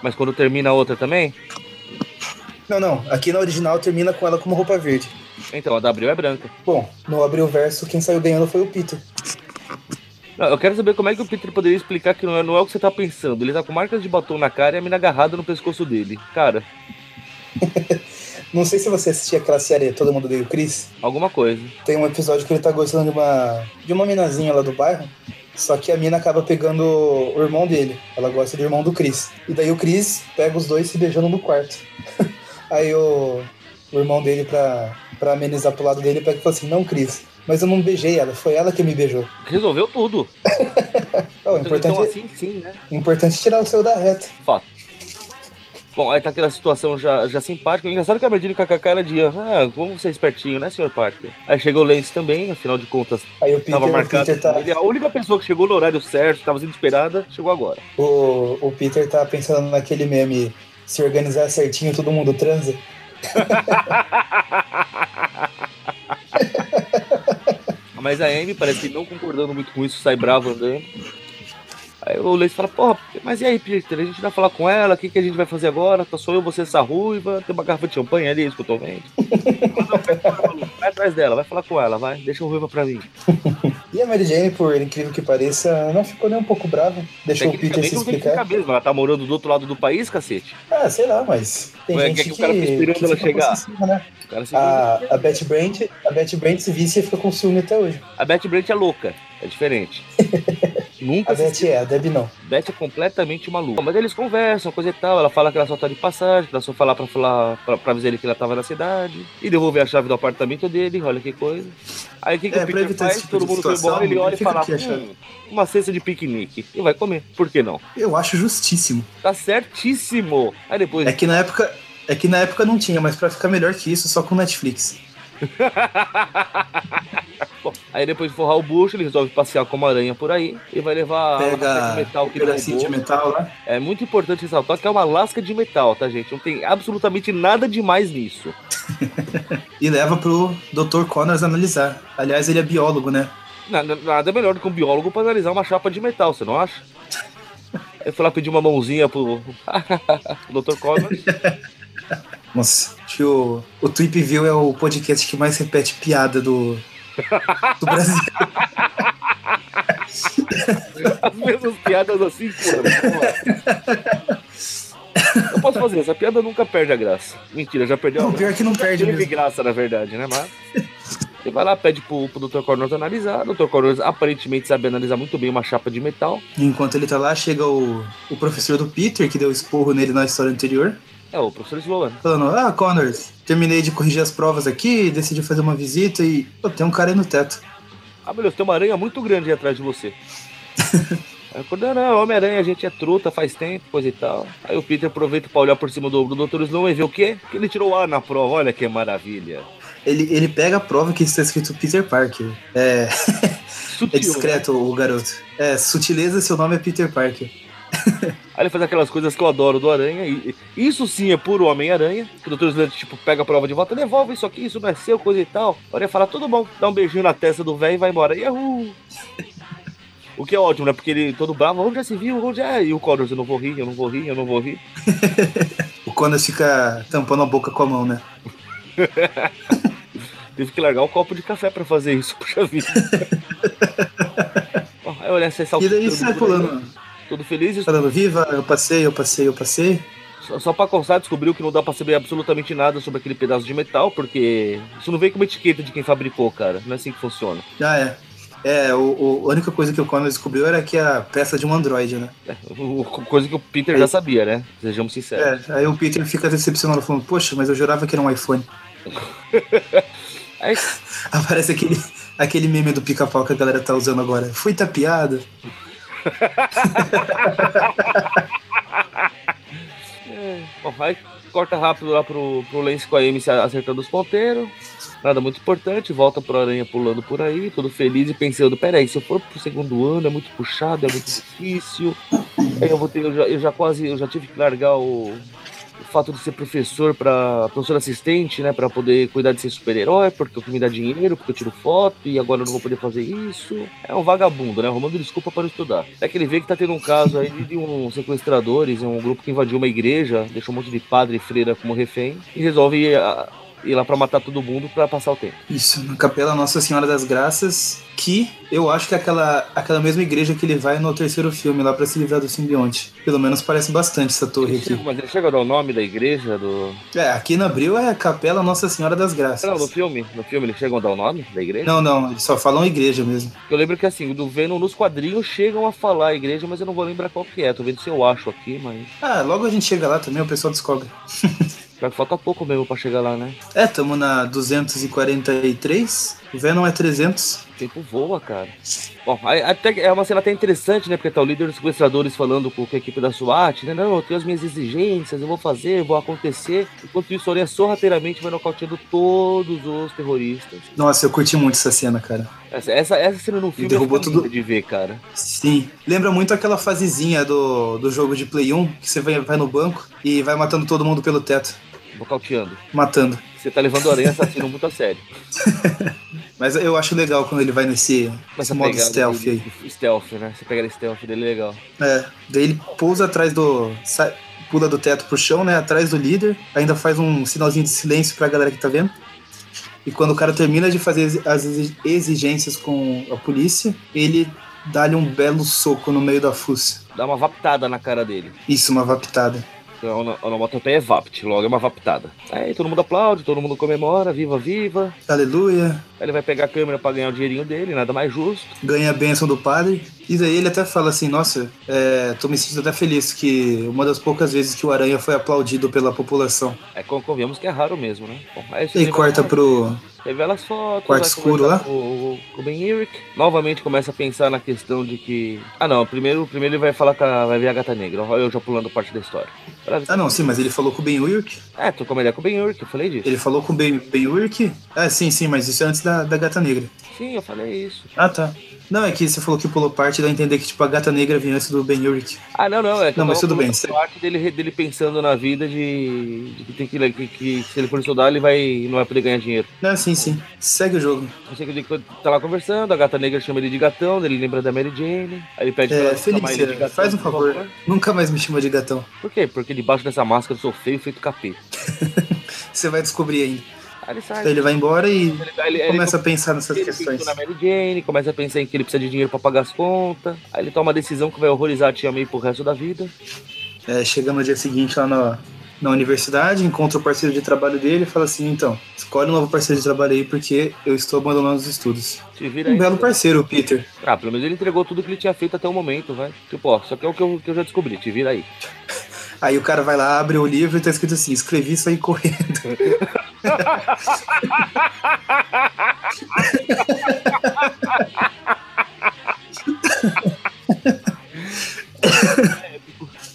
Speaker 3: Mas quando termina a outra também,
Speaker 2: Não, não. Aqui na original termina com ela com uma roupa verde.
Speaker 3: Então, a da Abril é branca.
Speaker 2: Bom, no Abril Verso, quem saiu ganhando foi o Peter.
Speaker 3: Não, eu quero saber como é que o Peter poderia explicar que não é, não é o que você tá pensando. Ele tá com marcas de batom na cara e a mina agarrada no pescoço dele. Cara,
Speaker 2: Não sei se você assistia aquela série Todo Mundo Odeia o Chris.
Speaker 3: alguma coisa.
Speaker 2: Tem um episódio que ele tá gostando de uma, de uma minazinha lá do bairro. Só que a mina acaba pegando o irmão dele. Ela gosta do irmão do Chris. E daí o Chris pega os dois se beijando no quarto. (laughs) Aí o, o irmão dele, pra, pra amenizar pro lado dele, pega e fala assim: Não, Chris, mas eu não beijei ela, foi ela que me beijou.
Speaker 3: Resolveu tudo.
Speaker 2: Então, o importante,
Speaker 3: Então, assim, sim, né?
Speaker 2: o importante é tirar o seu da reta.
Speaker 3: Fato. Bom, aí tá aquela situação já, já simpática. Engraçado é que a Merdinho KKK era de. Ah, vamos ser espertinho, né, senhor Parker? Aí chegou o Lance também, afinal de contas,
Speaker 2: Aí o Peter,
Speaker 3: tava
Speaker 2: o
Speaker 3: marcado.
Speaker 2: Peter tá.
Speaker 3: Ele, é a única pessoa que chegou no horário certo, tava sendo esperada, chegou agora.
Speaker 2: O, o Peter tá pensando naquele meme, se organizar certinho, todo mundo transa.
Speaker 3: (laughs) Mas a Amy parece que não concordando muito com isso, sai brava andando. Aí o Lance fala, porra, mas e aí, Peter? A gente vai falar com ela, o que, que a gente vai fazer agora? Tá só eu, você, essa ruiva, tem uma garrafa de champanhe ali, é isso que eu tô
Speaker 2: (laughs)
Speaker 3: vendo. Não, vai falar, maluco, vai atrás dela, vai falar com ela, vai, deixa o ruiva pra mim.
Speaker 2: E a Mary Jane, por incrível que pareça, não ficou nem um pouco brava. Deixou o Peter se
Speaker 3: Tecnicamente não tem É que ficar
Speaker 2: explicar.
Speaker 3: mesmo, ela tá morando do outro lado do país, cacete.
Speaker 2: Ah, sei lá, mas tem
Speaker 3: Ué,
Speaker 2: gente
Speaker 3: que é que
Speaker 2: que,
Speaker 3: o cara fica esperando
Speaker 2: que
Speaker 3: ela
Speaker 2: fica
Speaker 3: chegar?
Speaker 2: possessiva, né?
Speaker 3: O cara se
Speaker 2: A, a Betty Brant, a Betty Brant se visse e fica com ciúme até hoje.
Speaker 3: A Beth Brant é louca,
Speaker 2: (laughs)
Speaker 3: é diferente. Nunca
Speaker 2: A
Speaker 3: se
Speaker 2: Betty é, a Debbie não.
Speaker 3: Beth é completamente maluca. Mas eles conversam, coisa e tal. Ela fala que ela só tá de passagem, que ela só falar pra, falar, pra, pra avisar ele que ela tava na cidade. E devolver a chave do apartamento dele, olha que coisa. Aí o que, que
Speaker 2: É,
Speaker 3: o
Speaker 2: pra
Speaker 3: Peter
Speaker 2: evitar
Speaker 3: faz?
Speaker 2: esse tipo
Speaker 3: Todo
Speaker 2: de
Speaker 3: mundo foi
Speaker 2: situação,
Speaker 3: embora, ele olha e
Speaker 2: fica
Speaker 3: fala,
Speaker 2: aqui a chave.
Speaker 3: "Hum, uma cesta de piquenique. E vai comer, por que não?
Speaker 2: Eu acho justíssimo.
Speaker 3: Tá certíssimo. Aí depois,
Speaker 2: É que na época. É que na época não tinha, mas pra ficar melhor que isso, só com Netflix.
Speaker 3: (laughs) Bom, aí depois de forrar o bucho, ele resolve passear com uma aranha por aí e vai levar a
Speaker 2: Pega
Speaker 3: lasca de
Speaker 2: o
Speaker 3: metal Ah, é que derrubou.
Speaker 2: pedacinho de metal lá.
Speaker 3: É muito importante ressaltar que é uma lasca de metal, tá, gente? Não tem absolutamente nada demais nisso.
Speaker 2: E leva pro Dr. Connors analisar. Aliás, ele é biólogo, né?
Speaker 3: Nada, nada melhor do que um biólogo pra analisar uma chapa de metal, você não acha? Eu fui lá pedir uma mãozinha pro, (laughs) pro Dr. Connors.
Speaker 2: Nossa, acho que o, o Tweep View é o podcast que mais repete piada do, do Brasil.
Speaker 3: As mesmas piadas assim, pô. Eu posso fazer, essa piada nunca perde a graça. Mentira, já perdeu a
Speaker 2: Não,
Speaker 3: graça.
Speaker 2: pior que não perde
Speaker 3: Teve
Speaker 2: mesmo.
Speaker 3: graça, na verdade, né, mas... Ele vai lá, pede pro, pro Dr. Cornos analisar. O Dr. Cornos aparentemente sabe analisar muito bem uma chapa de metal.
Speaker 2: E Enquanto ele tá lá, chega o, o professor do Peter, que deu esporro nele na história anterior,
Speaker 3: É o professor Sloan.
Speaker 2: falando: Ah, Connors, terminei de corrigir as provas aqui, decidi fazer uma visita e. Pô, tem um cara aí no teto.
Speaker 3: Ah, meu Deus, tem uma aranha muito grande aí atrás de você. Aí acordou, não, Homem-Aranha, a gente é truta faz tempo, coisa e tal. Aí o Peter aproveita pra olhar por cima do, do Dr. Sloan e ver o quê? Que ele tirou A na prova, olha que maravilha.
Speaker 2: Ele, ele pega a prova que está escrito Peter Parker. É, é
Speaker 3: Sutil, né?
Speaker 2: discreto o garoto. É, sutileza, seu nome é Peter Parker.
Speaker 3: Aí ele faz aquelas coisas que eu adoro do Aranha. E, e isso sim é puro Homem-Aranha. Que o Dr. Slade, tipo, pega a prova de volta, devolve isso aqui, isso não é seu, coisa e tal. O Aranha fala, tudo bom, dá um beijinho na testa do velho e vai embora. Yahoo! O que é ótimo, né? Porque ele todo bravo, onde já se viu, onde é? E o Connors, eu não vou rir, eu não vou rir, eu não vou rir.
Speaker 2: O Connors fica tampando a boca com a mão, né?
Speaker 3: Teve que largar o copo de café pra fazer isso, (laughs) puxa
Speaker 2: (laughs)
Speaker 3: vida. Ó, Aí olha, você
Speaker 2: E daí sai pulando.
Speaker 3: Todo feliz, e
Speaker 2: falando viva, eu passei, eu passei, eu passei.
Speaker 3: Só, só pra constar, descobriu que não dá pra saber absolutamente nada sobre aquele pedaço de metal, porque isso não vem com uma etiqueta de quem fabricou, cara. Não é assim que funciona.
Speaker 2: Ah, é. É, o, o- a única coisa que o Connor descobriu era que era peça de um androide, né?
Speaker 3: É, o- o- coisa que o Peter já sabia, né? Sejamos sinceros.
Speaker 2: É, aí o Peter fica decepcionado, falando, poxa, mas eu jurava que era um iPhone.
Speaker 3: Aí,
Speaker 2: (laughs) Aparece aquele, aquele meme do pica-pau que a galera tá usando agora. Fui tapeado.
Speaker 3: bom, aí corta rápido lá pro, pro Lance com a Amy se a- acertando os ponteiros. Nada muito importante, volta pro Aranha pulando por aí, todo feliz e pensando, peraí, se eu for pro segundo ano é muito puxado, é muito difícil. Aí eu vou ter, eu já, eu já quase, eu já tive que largar o, o fato de ser professor para professor assistente, né, para poder cuidar de ser super-herói, porque o que me dá dinheiro, porque eu tiro foto e agora eu não vou poder fazer isso. É um vagabundo, né, arrumando desculpa para não estudar. É que ele vê que tá tendo um caso aí de uns sequestradores, um grupo que invadiu uma igreja, deixou um monte de padre e freira como refém e resolve ah, ir lá pra matar todo mundo pra passar o tempo.
Speaker 2: Isso, na Capela Nossa Senhora das Graças, que eu acho que é aquela, aquela mesma igreja que ele vai no terceiro filme, lá pra se livrar do simbionte. Pelo menos parece bastante essa torre
Speaker 3: Chega-
Speaker 2: aqui.
Speaker 3: Mas ele chega a dar o nome da igreja do.
Speaker 2: É, aqui na Abril é Capela Nossa Senhora das
Speaker 3: Não, no
Speaker 2: Graças.
Speaker 3: filme. No filme eles chegam a dar o nome da igreja?
Speaker 2: Não, não, eles só falam igreja mesmo.
Speaker 3: Eu lembro que assim, do Venom nos quadrinhos chegam a falar a igreja, mas eu não vou lembrar qual que é. Tô vendo se eu acho aqui, mas.
Speaker 2: Ah, logo a gente chega lá também, o pessoal descobre.
Speaker 3: Pior que falta pouco mesmo pra chegar lá, né?
Speaker 2: É, tamo na 243, o Venom é 300.
Speaker 3: O tempo voa, cara. Bom, aí- até que é uma cena até interessante, né? Porque tá o líder dos sequestradores falando com a equipe da SWAT, né? Não, eu tenho as minhas exigências, eu vou fazer, vou acontecer. Enquanto isso, a Aranha sorrateiramente vai nocauteando todos os terroristas.
Speaker 2: Nossa, eu curti muito essa cena, cara.
Speaker 3: Essa, essa, essa cena no filme
Speaker 2: derrubou
Speaker 3: fica linda
Speaker 2: tudo.
Speaker 3: de ver, cara.
Speaker 2: Sim. Lembra muito aquela fasezinha do, do jogo de Play 1, que você vai, vai no banco e vai matando todo mundo pelo teto.
Speaker 3: Nocauteando.
Speaker 2: Matando.
Speaker 3: Você tá levando a Aranha assassino muito a sério.
Speaker 2: Mas eu acho legal quando ele vai nesse,
Speaker 3: Essa
Speaker 2: nesse modo
Speaker 3: pegada
Speaker 2: stealth
Speaker 3: de-
Speaker 2: aí.
Speaker 3: de Stealth, né? Você pega a stealth dele, é legal.
Speaker 2: É. Daí ele pousa atrás do. sai- pula do teto pro chão, né? Atrás do líder. Ainda faz um sinalzinho de silêncio pra galera que tá vendo. E quando o cara termina de fazer exi- as exi- exigências com a polícia, ele dá-lhe um belo soco no meio da fuça.
Speaker 3: Dá uma vaptada na cara dele.
Speaker 2: Isso, uma vaptada.
Speaker 3: A ono- a onomatopeia é vapt, logo é uma vaptada. Aí todo mundo aplaude, todo mundo comemora, viva, viva.
Speaker 2: Aleluia.
Speaker 3: Aí ele vai pegar a câmera pra ganhar o dinheirinho dele, nada mais justo.
Speaker 2: ganha a bênção do padre. E daí ele até fala assim: Nossa, é, tô me sentindo até feliz que uma das poucas vezes que o Aranha foi aplaudido pela população.
Speaker 3: É, con- convenhamos que é raro mesmo, né? Bom, aí você
Speaker 2: E
Speaker 3: lembra-
Speaker 2: corta pro.
Speaker 3: Revela as fotos.
Speaker 2: Quarto
Speaker 3: vai
Speaker 2: escuro
Speaker 3: conversar
Speaker 2: lá?
Speaker 3: Com, o- com o Ben Eric. Novamente começa a pensar na questão de que. Ah, não. Primeiro, primeiro ele vai falar com a, vai ver a gata negra. Olha eu já pulando parte da história. Pra-
Speaker 2: Ah, não, sim, mas ele falou com o Ben Urk.
Speaker 3: É, tô com a ideia com o Ben Eric. Eu falei disso.
Speaker 2: Ele falou com o Ben, ben Urk? Ah, sim, sim, mas isso é antes da, da Gata Negra.
Speaker 3: Sim, eu falei isso.
Speaker 2: Ah, tá. Não, é que você falou que pulou parte, dá a entender que tipo, a Gata Negra vinha antes do Ben Urk.
Speaker 3: Ah, não, não. É que
Speaker 2: Não,
Speaker 3: eu
Speaker 2: mas
Speaker 3: tava
Speaker 2: tudo bem,
Speaker 3: falando
Speaker 2: você-
Speaker 3: da parte dele, dele pensando na vida de, de que, tem que, que, que se ele for estudar, ele vai, não vai poder ganhar dinheiro.
Speaker 2: Não, Ah, sim, sim. Segue o jogo.
Speaker 3: Eu sei que ele tá lá conversando, a gata negra chama ele de gatão, ele lembra da Mary Jane. Aí ele pede pra
Speaker 2: É,
Speaker 3: ela chamar ele de
Speaker 2: Felícia,
Speaker 3: gatão.
Speaker 2: faz um
Speaker 3: por
Speaker 2: favor. Nunca mais me chama de gatão.
Speaker 3: Por quê? Porque debaixo dessa máscara eu sou feio feito capeta.
Speaker 2: Você vai descobrir ainda.
Speaker 3: Aí ele sai.
Speaker 2: Daí ele vai embora e
Speaker 3: Ele, ele, ele
Speaker 2: começa a pensar nessas
Speaker 3: ele
Speaker 2: questões.
Speaker 3: pensa na Mary Jane, começa a pensar em que ele precisa de dinheiro pra pagar as contas. Aí ele toma uma decisão que vai horrorizar a Tia May pro resto da vida.
Speaker 2: É, chega no dia seguinte lá na, na universidade, encontra o parceiro de trabalho dele e fala assim: então, escolhe um novo parceiro de trabalho aí porque eu estou abandonando os estudos.
Speaker 3: Se vira
Speaker 2: Um
Speaker 3: aí. né?
Speaker 2: belo parceiro, o Peter.
Speaker 3: Ah, pelo menos ele entregou tudo que ele tinha feito até o momento, vai. Tipo, ó, isso aqui é o que eu, que eu já descobri, te vira aí.
Speaker 2: Aí o cara vai lá, abre o livro e tá escrito assim: escrevi isso aí correndo.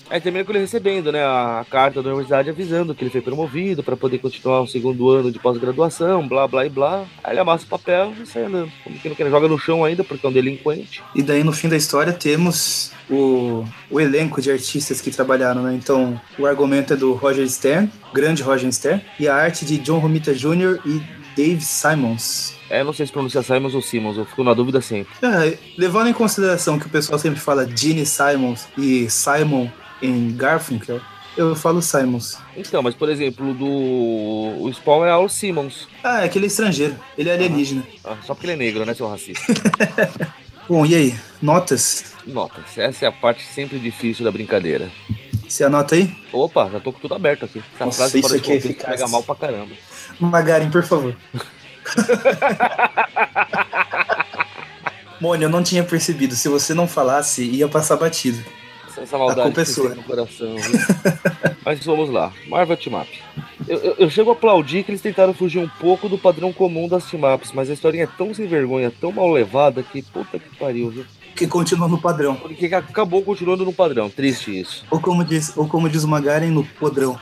Speaker 3: Aí termina com ele recebendo, né, a carta da universidade avisando que ele foi promovido pra poder continuar o segundo ano de pós-graduação, blá, blá e blá. Aí ele amassa o papel e sai andando. Como que não quer, joga no chão ainda porque é um delinquente.
Speaker 2: E daí no fim da história temos o, o elenco de artistas que trabalharam, né? Então o argumento é do Roger Stern, grande Roger Stern, e a arte de John Romita Jr. e Dave Simons.
Speaker 3: É, não sei se pronuncia Simons ou Simmons, eu fico na dúvida sempre.
Speaker 2: É, levando em consideração que o pessoal sempre fala Gene Simons e Simon em Garfunkel, eu falo Simons.
Speaker 3: Então, mas por exemplo, do o Spawn é Al Simmons.
Speaker 2: Ah, é aquele estrangeiro. Ele é alienígena.
Speaker 3: Ah, Só porque ele é negro, né, seu racista?
Speaker 2: Bom, e aí? Notas?
Speaker 3: Nota, essa é a parte sempre difícil da brincadeira.
Speaker 2: Você anota aí?
Speaker 3: Opa, já tô com tudo aberto aqui. Essa
Speaker 2: Nossa,
Speaker 3: frase
Speaker 2: isso
Speaker 3: fora de
Speaker 2: aqui é
Speaker 3: contexto
Speaker 2: eficaz.
Speaker 3: pega mal pra caramba.
Speaker 2: Magarin, por favor. Mônio, eu não tinha percebido. Se você não falasse, ia passar batido.
Speaker 3: Essa- Essa maldade
Speaker 2: culpa é
Speaker 3: que
Speaker 2: sua.
Speaker 3: tem no coração. viu? (laughs) Mas vamos lá. Marvel Team Up. Eu, eu, eu chego a aplaudir que eles tentaram fugir um pouco do padrão comum das team ups, mas a historinha é tão sem vergonha, tão mal levada que puta que pariu, viu?
Speaker 2: Que continua no padrão.
Speaker 3: Porque acabou continuando no padrão. Triste isso.
Speaker 2: Ou como diz, ou como diz o Magarin, no podrão.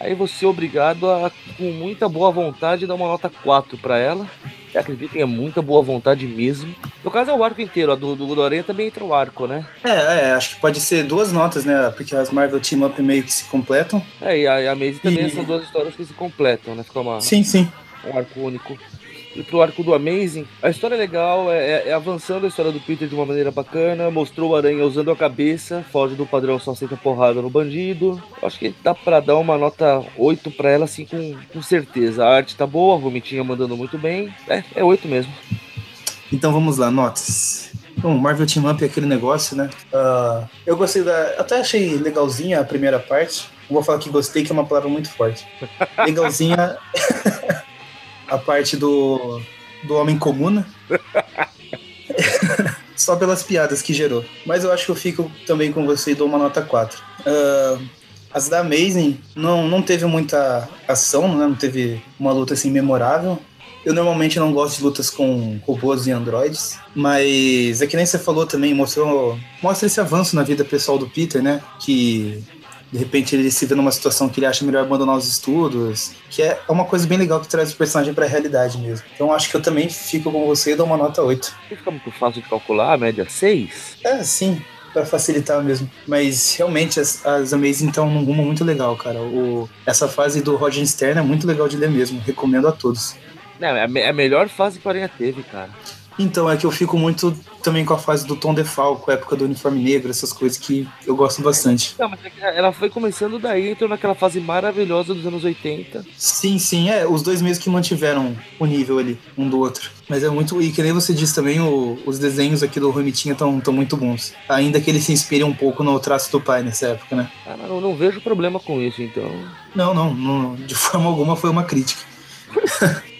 Speaker 3: Aí você é obrigado a, com muita boa vontade, dar uma nota 4 pra ela. E Acreditem, é muita boa vontade mesmo. No caso é o arco inteiro, a do, do Lorena também entra o arco, né?
Speaker 2: É, é, acho que pode ser duas notas, né? Porque as Marvel Team Up meio que se completam.
Speaker 3: É, e a, e a Maisie também
Speaker 2: E-
Speaker 3: são duas histórias que se completam, né? Fica uma,
Speaker 2: Sim, sim.
Speaker 3: um arco único. e pro arco do Amazing, a história é legal, é, é avançando a história do Peter de uma maneira bacana, mostrou o Aranha usando a cabeça, foge do padrão, só senta porrada no bandido. Acho que dá pra dar uma nota 8 pra ela, assim, com, com certeza. A arte tá boa, a Vomitinha mandando muito bem. É, é 8 mesmo.
Speaker 2: Então vamos lá, notas. Bom, Marvel Team Up é aquele negócio, né? Ah, eu gostei da. Até achei legalzinha a primeira parte. Não vou falar que gostei, que é uma palavra muito forte. Legalzinha (laughs) a parte do, do Homem Comuna. (laughs) Só pelas piadas que gerou. Mas eu acho que eu fico também com você e dou uma nota 4. Ah, as da Amazing não, não teve muita ação, né? não teve uma luta assim memorável. Eu normalmente não gosto de lutas com robôs e androides, mas é que nem você falou também, mostrou, mostra esse avanço na vida pessoal do Peter, né? Que de repente ele se vê numa situação que ele acha melhor abandonar os estudos, que é uma coisa bem legal que traz o personagem pra realidade mesmo. Então acho que eu também fico com você e dou uma nota 8.
Speaker 3: Fica muito fácil de calcular, a média 6.
Speaker 2: É, sim, pra facilitar mesmo. Mas realmente as, as Amazing estão num rumo muito legal, cara. O, essa fase do Roger Stern é muito legal de ler mesmo, recomendo a todos.
Speaker 3: Não, é a me- é a melhor fase que o Aranha teve, cara.
Speaker 2: Então, é que eu fico muito também com a fase do Tom DeFalco, época do uniforme negro, essas coisas que eu gosto bastante.
Speaker 3: Não, mas é que ela foi começando daí, entrou naquela fase maravilhosa dos anos 80.
Speaker 2: Sim, sim, é, os dois mesmo que mantiveram o nível ali, um do outro. Mas é muito. E que nem você disse também, o- os desenhos aqui do Romitinha estão tão muito bons. Ainda que ele se inspire um pouco no traço do pai nessa época, né?
Speaker 3: Ah, não, não vejo problema com isso, então.
Speaker 2: Não, não, não de (laughs) forma alguma foi uma crítica. (laughs)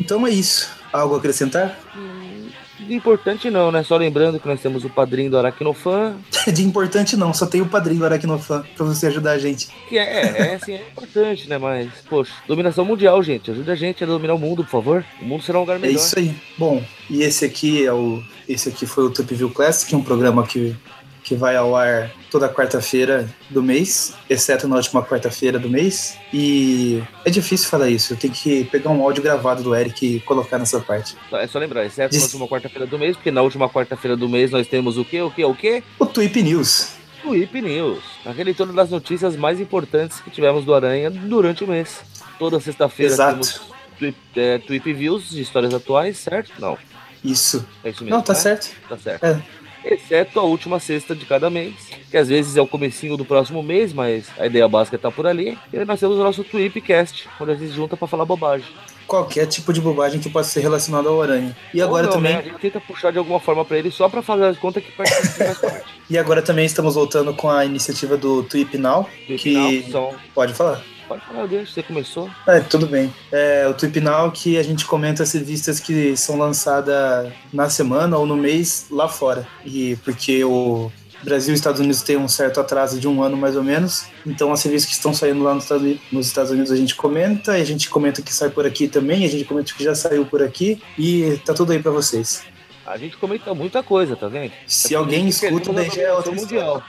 Speaker 2: então é isso. Algo a acrescentar? (laughs)
Speaker 3: Hum, De importante não, né? Só lembrando que nós temos o padrinho do Aracnofan,
Speaker 2: De importante não, só tem o padrinho Aracnofan pra você ajudar a gente.
Speaker 3: que é, é, assim, é importante, né? Mas, poxa, dominação mundial, gente. Ajuda a gente a dominar o mundo, por favor. O mundo será um lugar
Speaker 2: É
Speaker 3: melhor.
Speaker 2: isso aí. Bom, e esse aqui é o esse aqui foi o Top View Classic, um programa que que vai ao ar toda quarta-feira do mês, exceto na última quarta-feira do mês. E é difícil falar isso, eu tenho que pegar um áudio gravado do Eric e colocar nessa parte.
Speaker 3: Só- É só lembrar, exceto na
Speaker 2: Diz-
Speaker 3: última quarta-feira do mês, porque na última quarta-feira do mês nós temos o quê? O quê? O quê?
Speaker 2: O Tweep News.
Speaker 3: O IP News. Aquele torno das notícias mais importantes que tivemos do Aranha durante o mês. Toda sexta-feira
Speaker 2: Exato.
Speaker 3: temos Tweep, é, Tweep Views de histórias atuais, certo? Não,
Speaker 2: Isso.
Speaker 3: é isso mesmo.
Speaker 2: Não, tá
Speaker 3: né?
Speaker 2: certo?
Speaker 3: Tá certo.
Speaker 2: É.
Speaker 3: Exceto a última sexta de cada mês, que às vezes é o comecinho do próximo mês, mas a ideia básica tá por ali. E aí nós temos o nosso Tweepcast, onde a gente junta pra falar bobagem.
Speaker 2: Qualquer tipo de bobagem que possa ser relacionada ao Aranha. E
Speaker 3: Ou
Speaker 2: agora
Speaker 3: não,
Speaker 2: também,
Speaker 3: né? A gente tenta puxar de alguma forma pra ele só pra fazer de conta que faz que
Speaker 2: (laughs)
Speaker 3: faz parte.
Speaker 2: e agora também estamos voltando com a iniciativa do Tweep Now,
Speaker 3: Tweep
Speaker 2: que
Speaker 3: Now, são
Speaker 2: pode falar.
Speaker 3: Pode falar, Deus, você começou.
Speaker 2: É, tudo bem. É, o Twipinal que a gente comenta as revistas que são lançadas na semana ou no mês lá fora. E porque o Brasil e Estados Unidos têm um certo atraso de um ano mais ou menos. Então as revistas que estão saindo lá nos Estados Unidos, nos Estados Unidos a gente comenta, e a gente comenta o que sai por aqui também, e a gente comenta o que já saiu por aqui e tá tudo aí pra vocês.
Speaker 3: A gente comenta muita coisa, tá vendo?
Speaker 2: Se alguém escuta, daí já é outra história.
Speaker 3: mundial.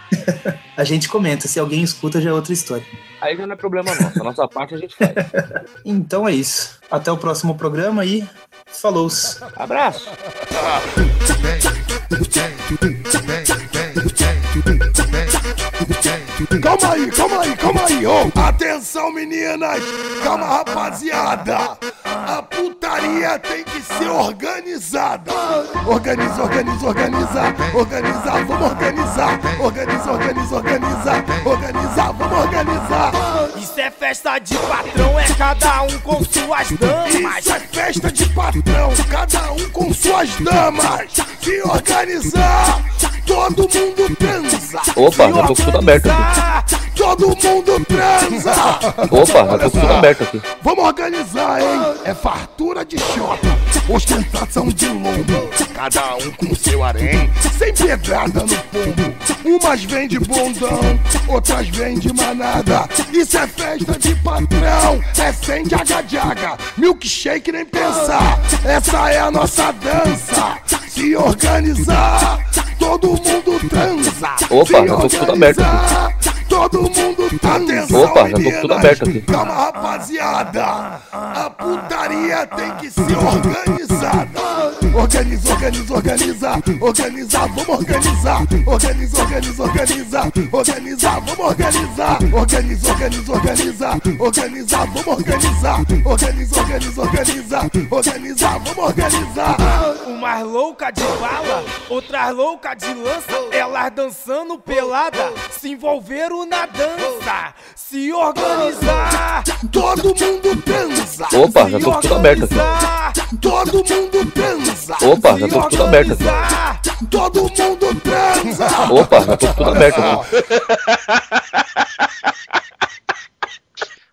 Speaker 2: A gente comenta, se alguém escuta já é outra história.
Speaker 3: Aí já não é problema nosso. A nossa parte a gente
Speaker 2: (laughs)
Speaker 3: faz.
Speaker 2: Então é isso. Até o próximo programa e falou! -se.
Speaker 3: Abraço!
Speaker 1: Calma aí, calma aí, calma aí, ó. Atenção, meninas. Calma, rapaziada. A putaria tem que ser organizada. Organiza, organiza, organiza. Organizar, vamos organizar. Organiza, organiza, organiza. Organizar, vamos organizar.
Speaker 4: Isso é festa de patrão, é cada um com suas damas.
Speaker 1: Isso é festa de patrão, cada um com suas damas. Se organizar, todo mundo transa.
Speaker 3: Opa, já tô com tudo aberto aqui.
Speaker 1: Todo mundo transa.
Speaker 3: Opa, já tô com tudo aberto aqui.
Speaker 1: Vamos organizar, hein? É fartura de shopping, ostentação de lombo. Cada um com seu harém, sem pedrada no pombo. Umas vêm de bondão, outras vêm de manada. Isso é festa de patrão, é sem jaga-jaga. Milkshake nem pensar, essa é a nossa dança. Se organizar, todo mundo transa.
Speaker 3: Opa,
Speaker 1: Se
Speaker 3: eu tô com tudo aberto aqui.
Speaker 1: organizar, Todo mundo tá atenção,
Speaker 3: Opa, já tô com tudo aberto aqui.
Speaker 1: Calma, rapaziada. A putaria tem que ser organizada. Organiza, organiza, organiza. Organizar, vamos organizar. Organiza, organiza, organiza. Organizar, vamos organizar. Organiza, organiza, organiza. Organizar, vamos organizar. Organiza, organiza, organiza. Organizar, vamos organizar.
Speaker 4: Umas louca de bala, outras louca de lança. Elas dançando pelada, se envolveram na dança. Se organizar,
Speaker 1: Todo mundo transa.
Speaker 3: Opa, já tô com tudo aberto aqui.
Speaker 4: organizar,
Speaker 1: Todo mundo transa.
Speaker 3: Opa, já tô com tudo aberto aqui.
Speaker 4: organizar.
Speaker 1: Todo mundo transa.
Speaker 3: Opa, já tô com tudo aberto aqui.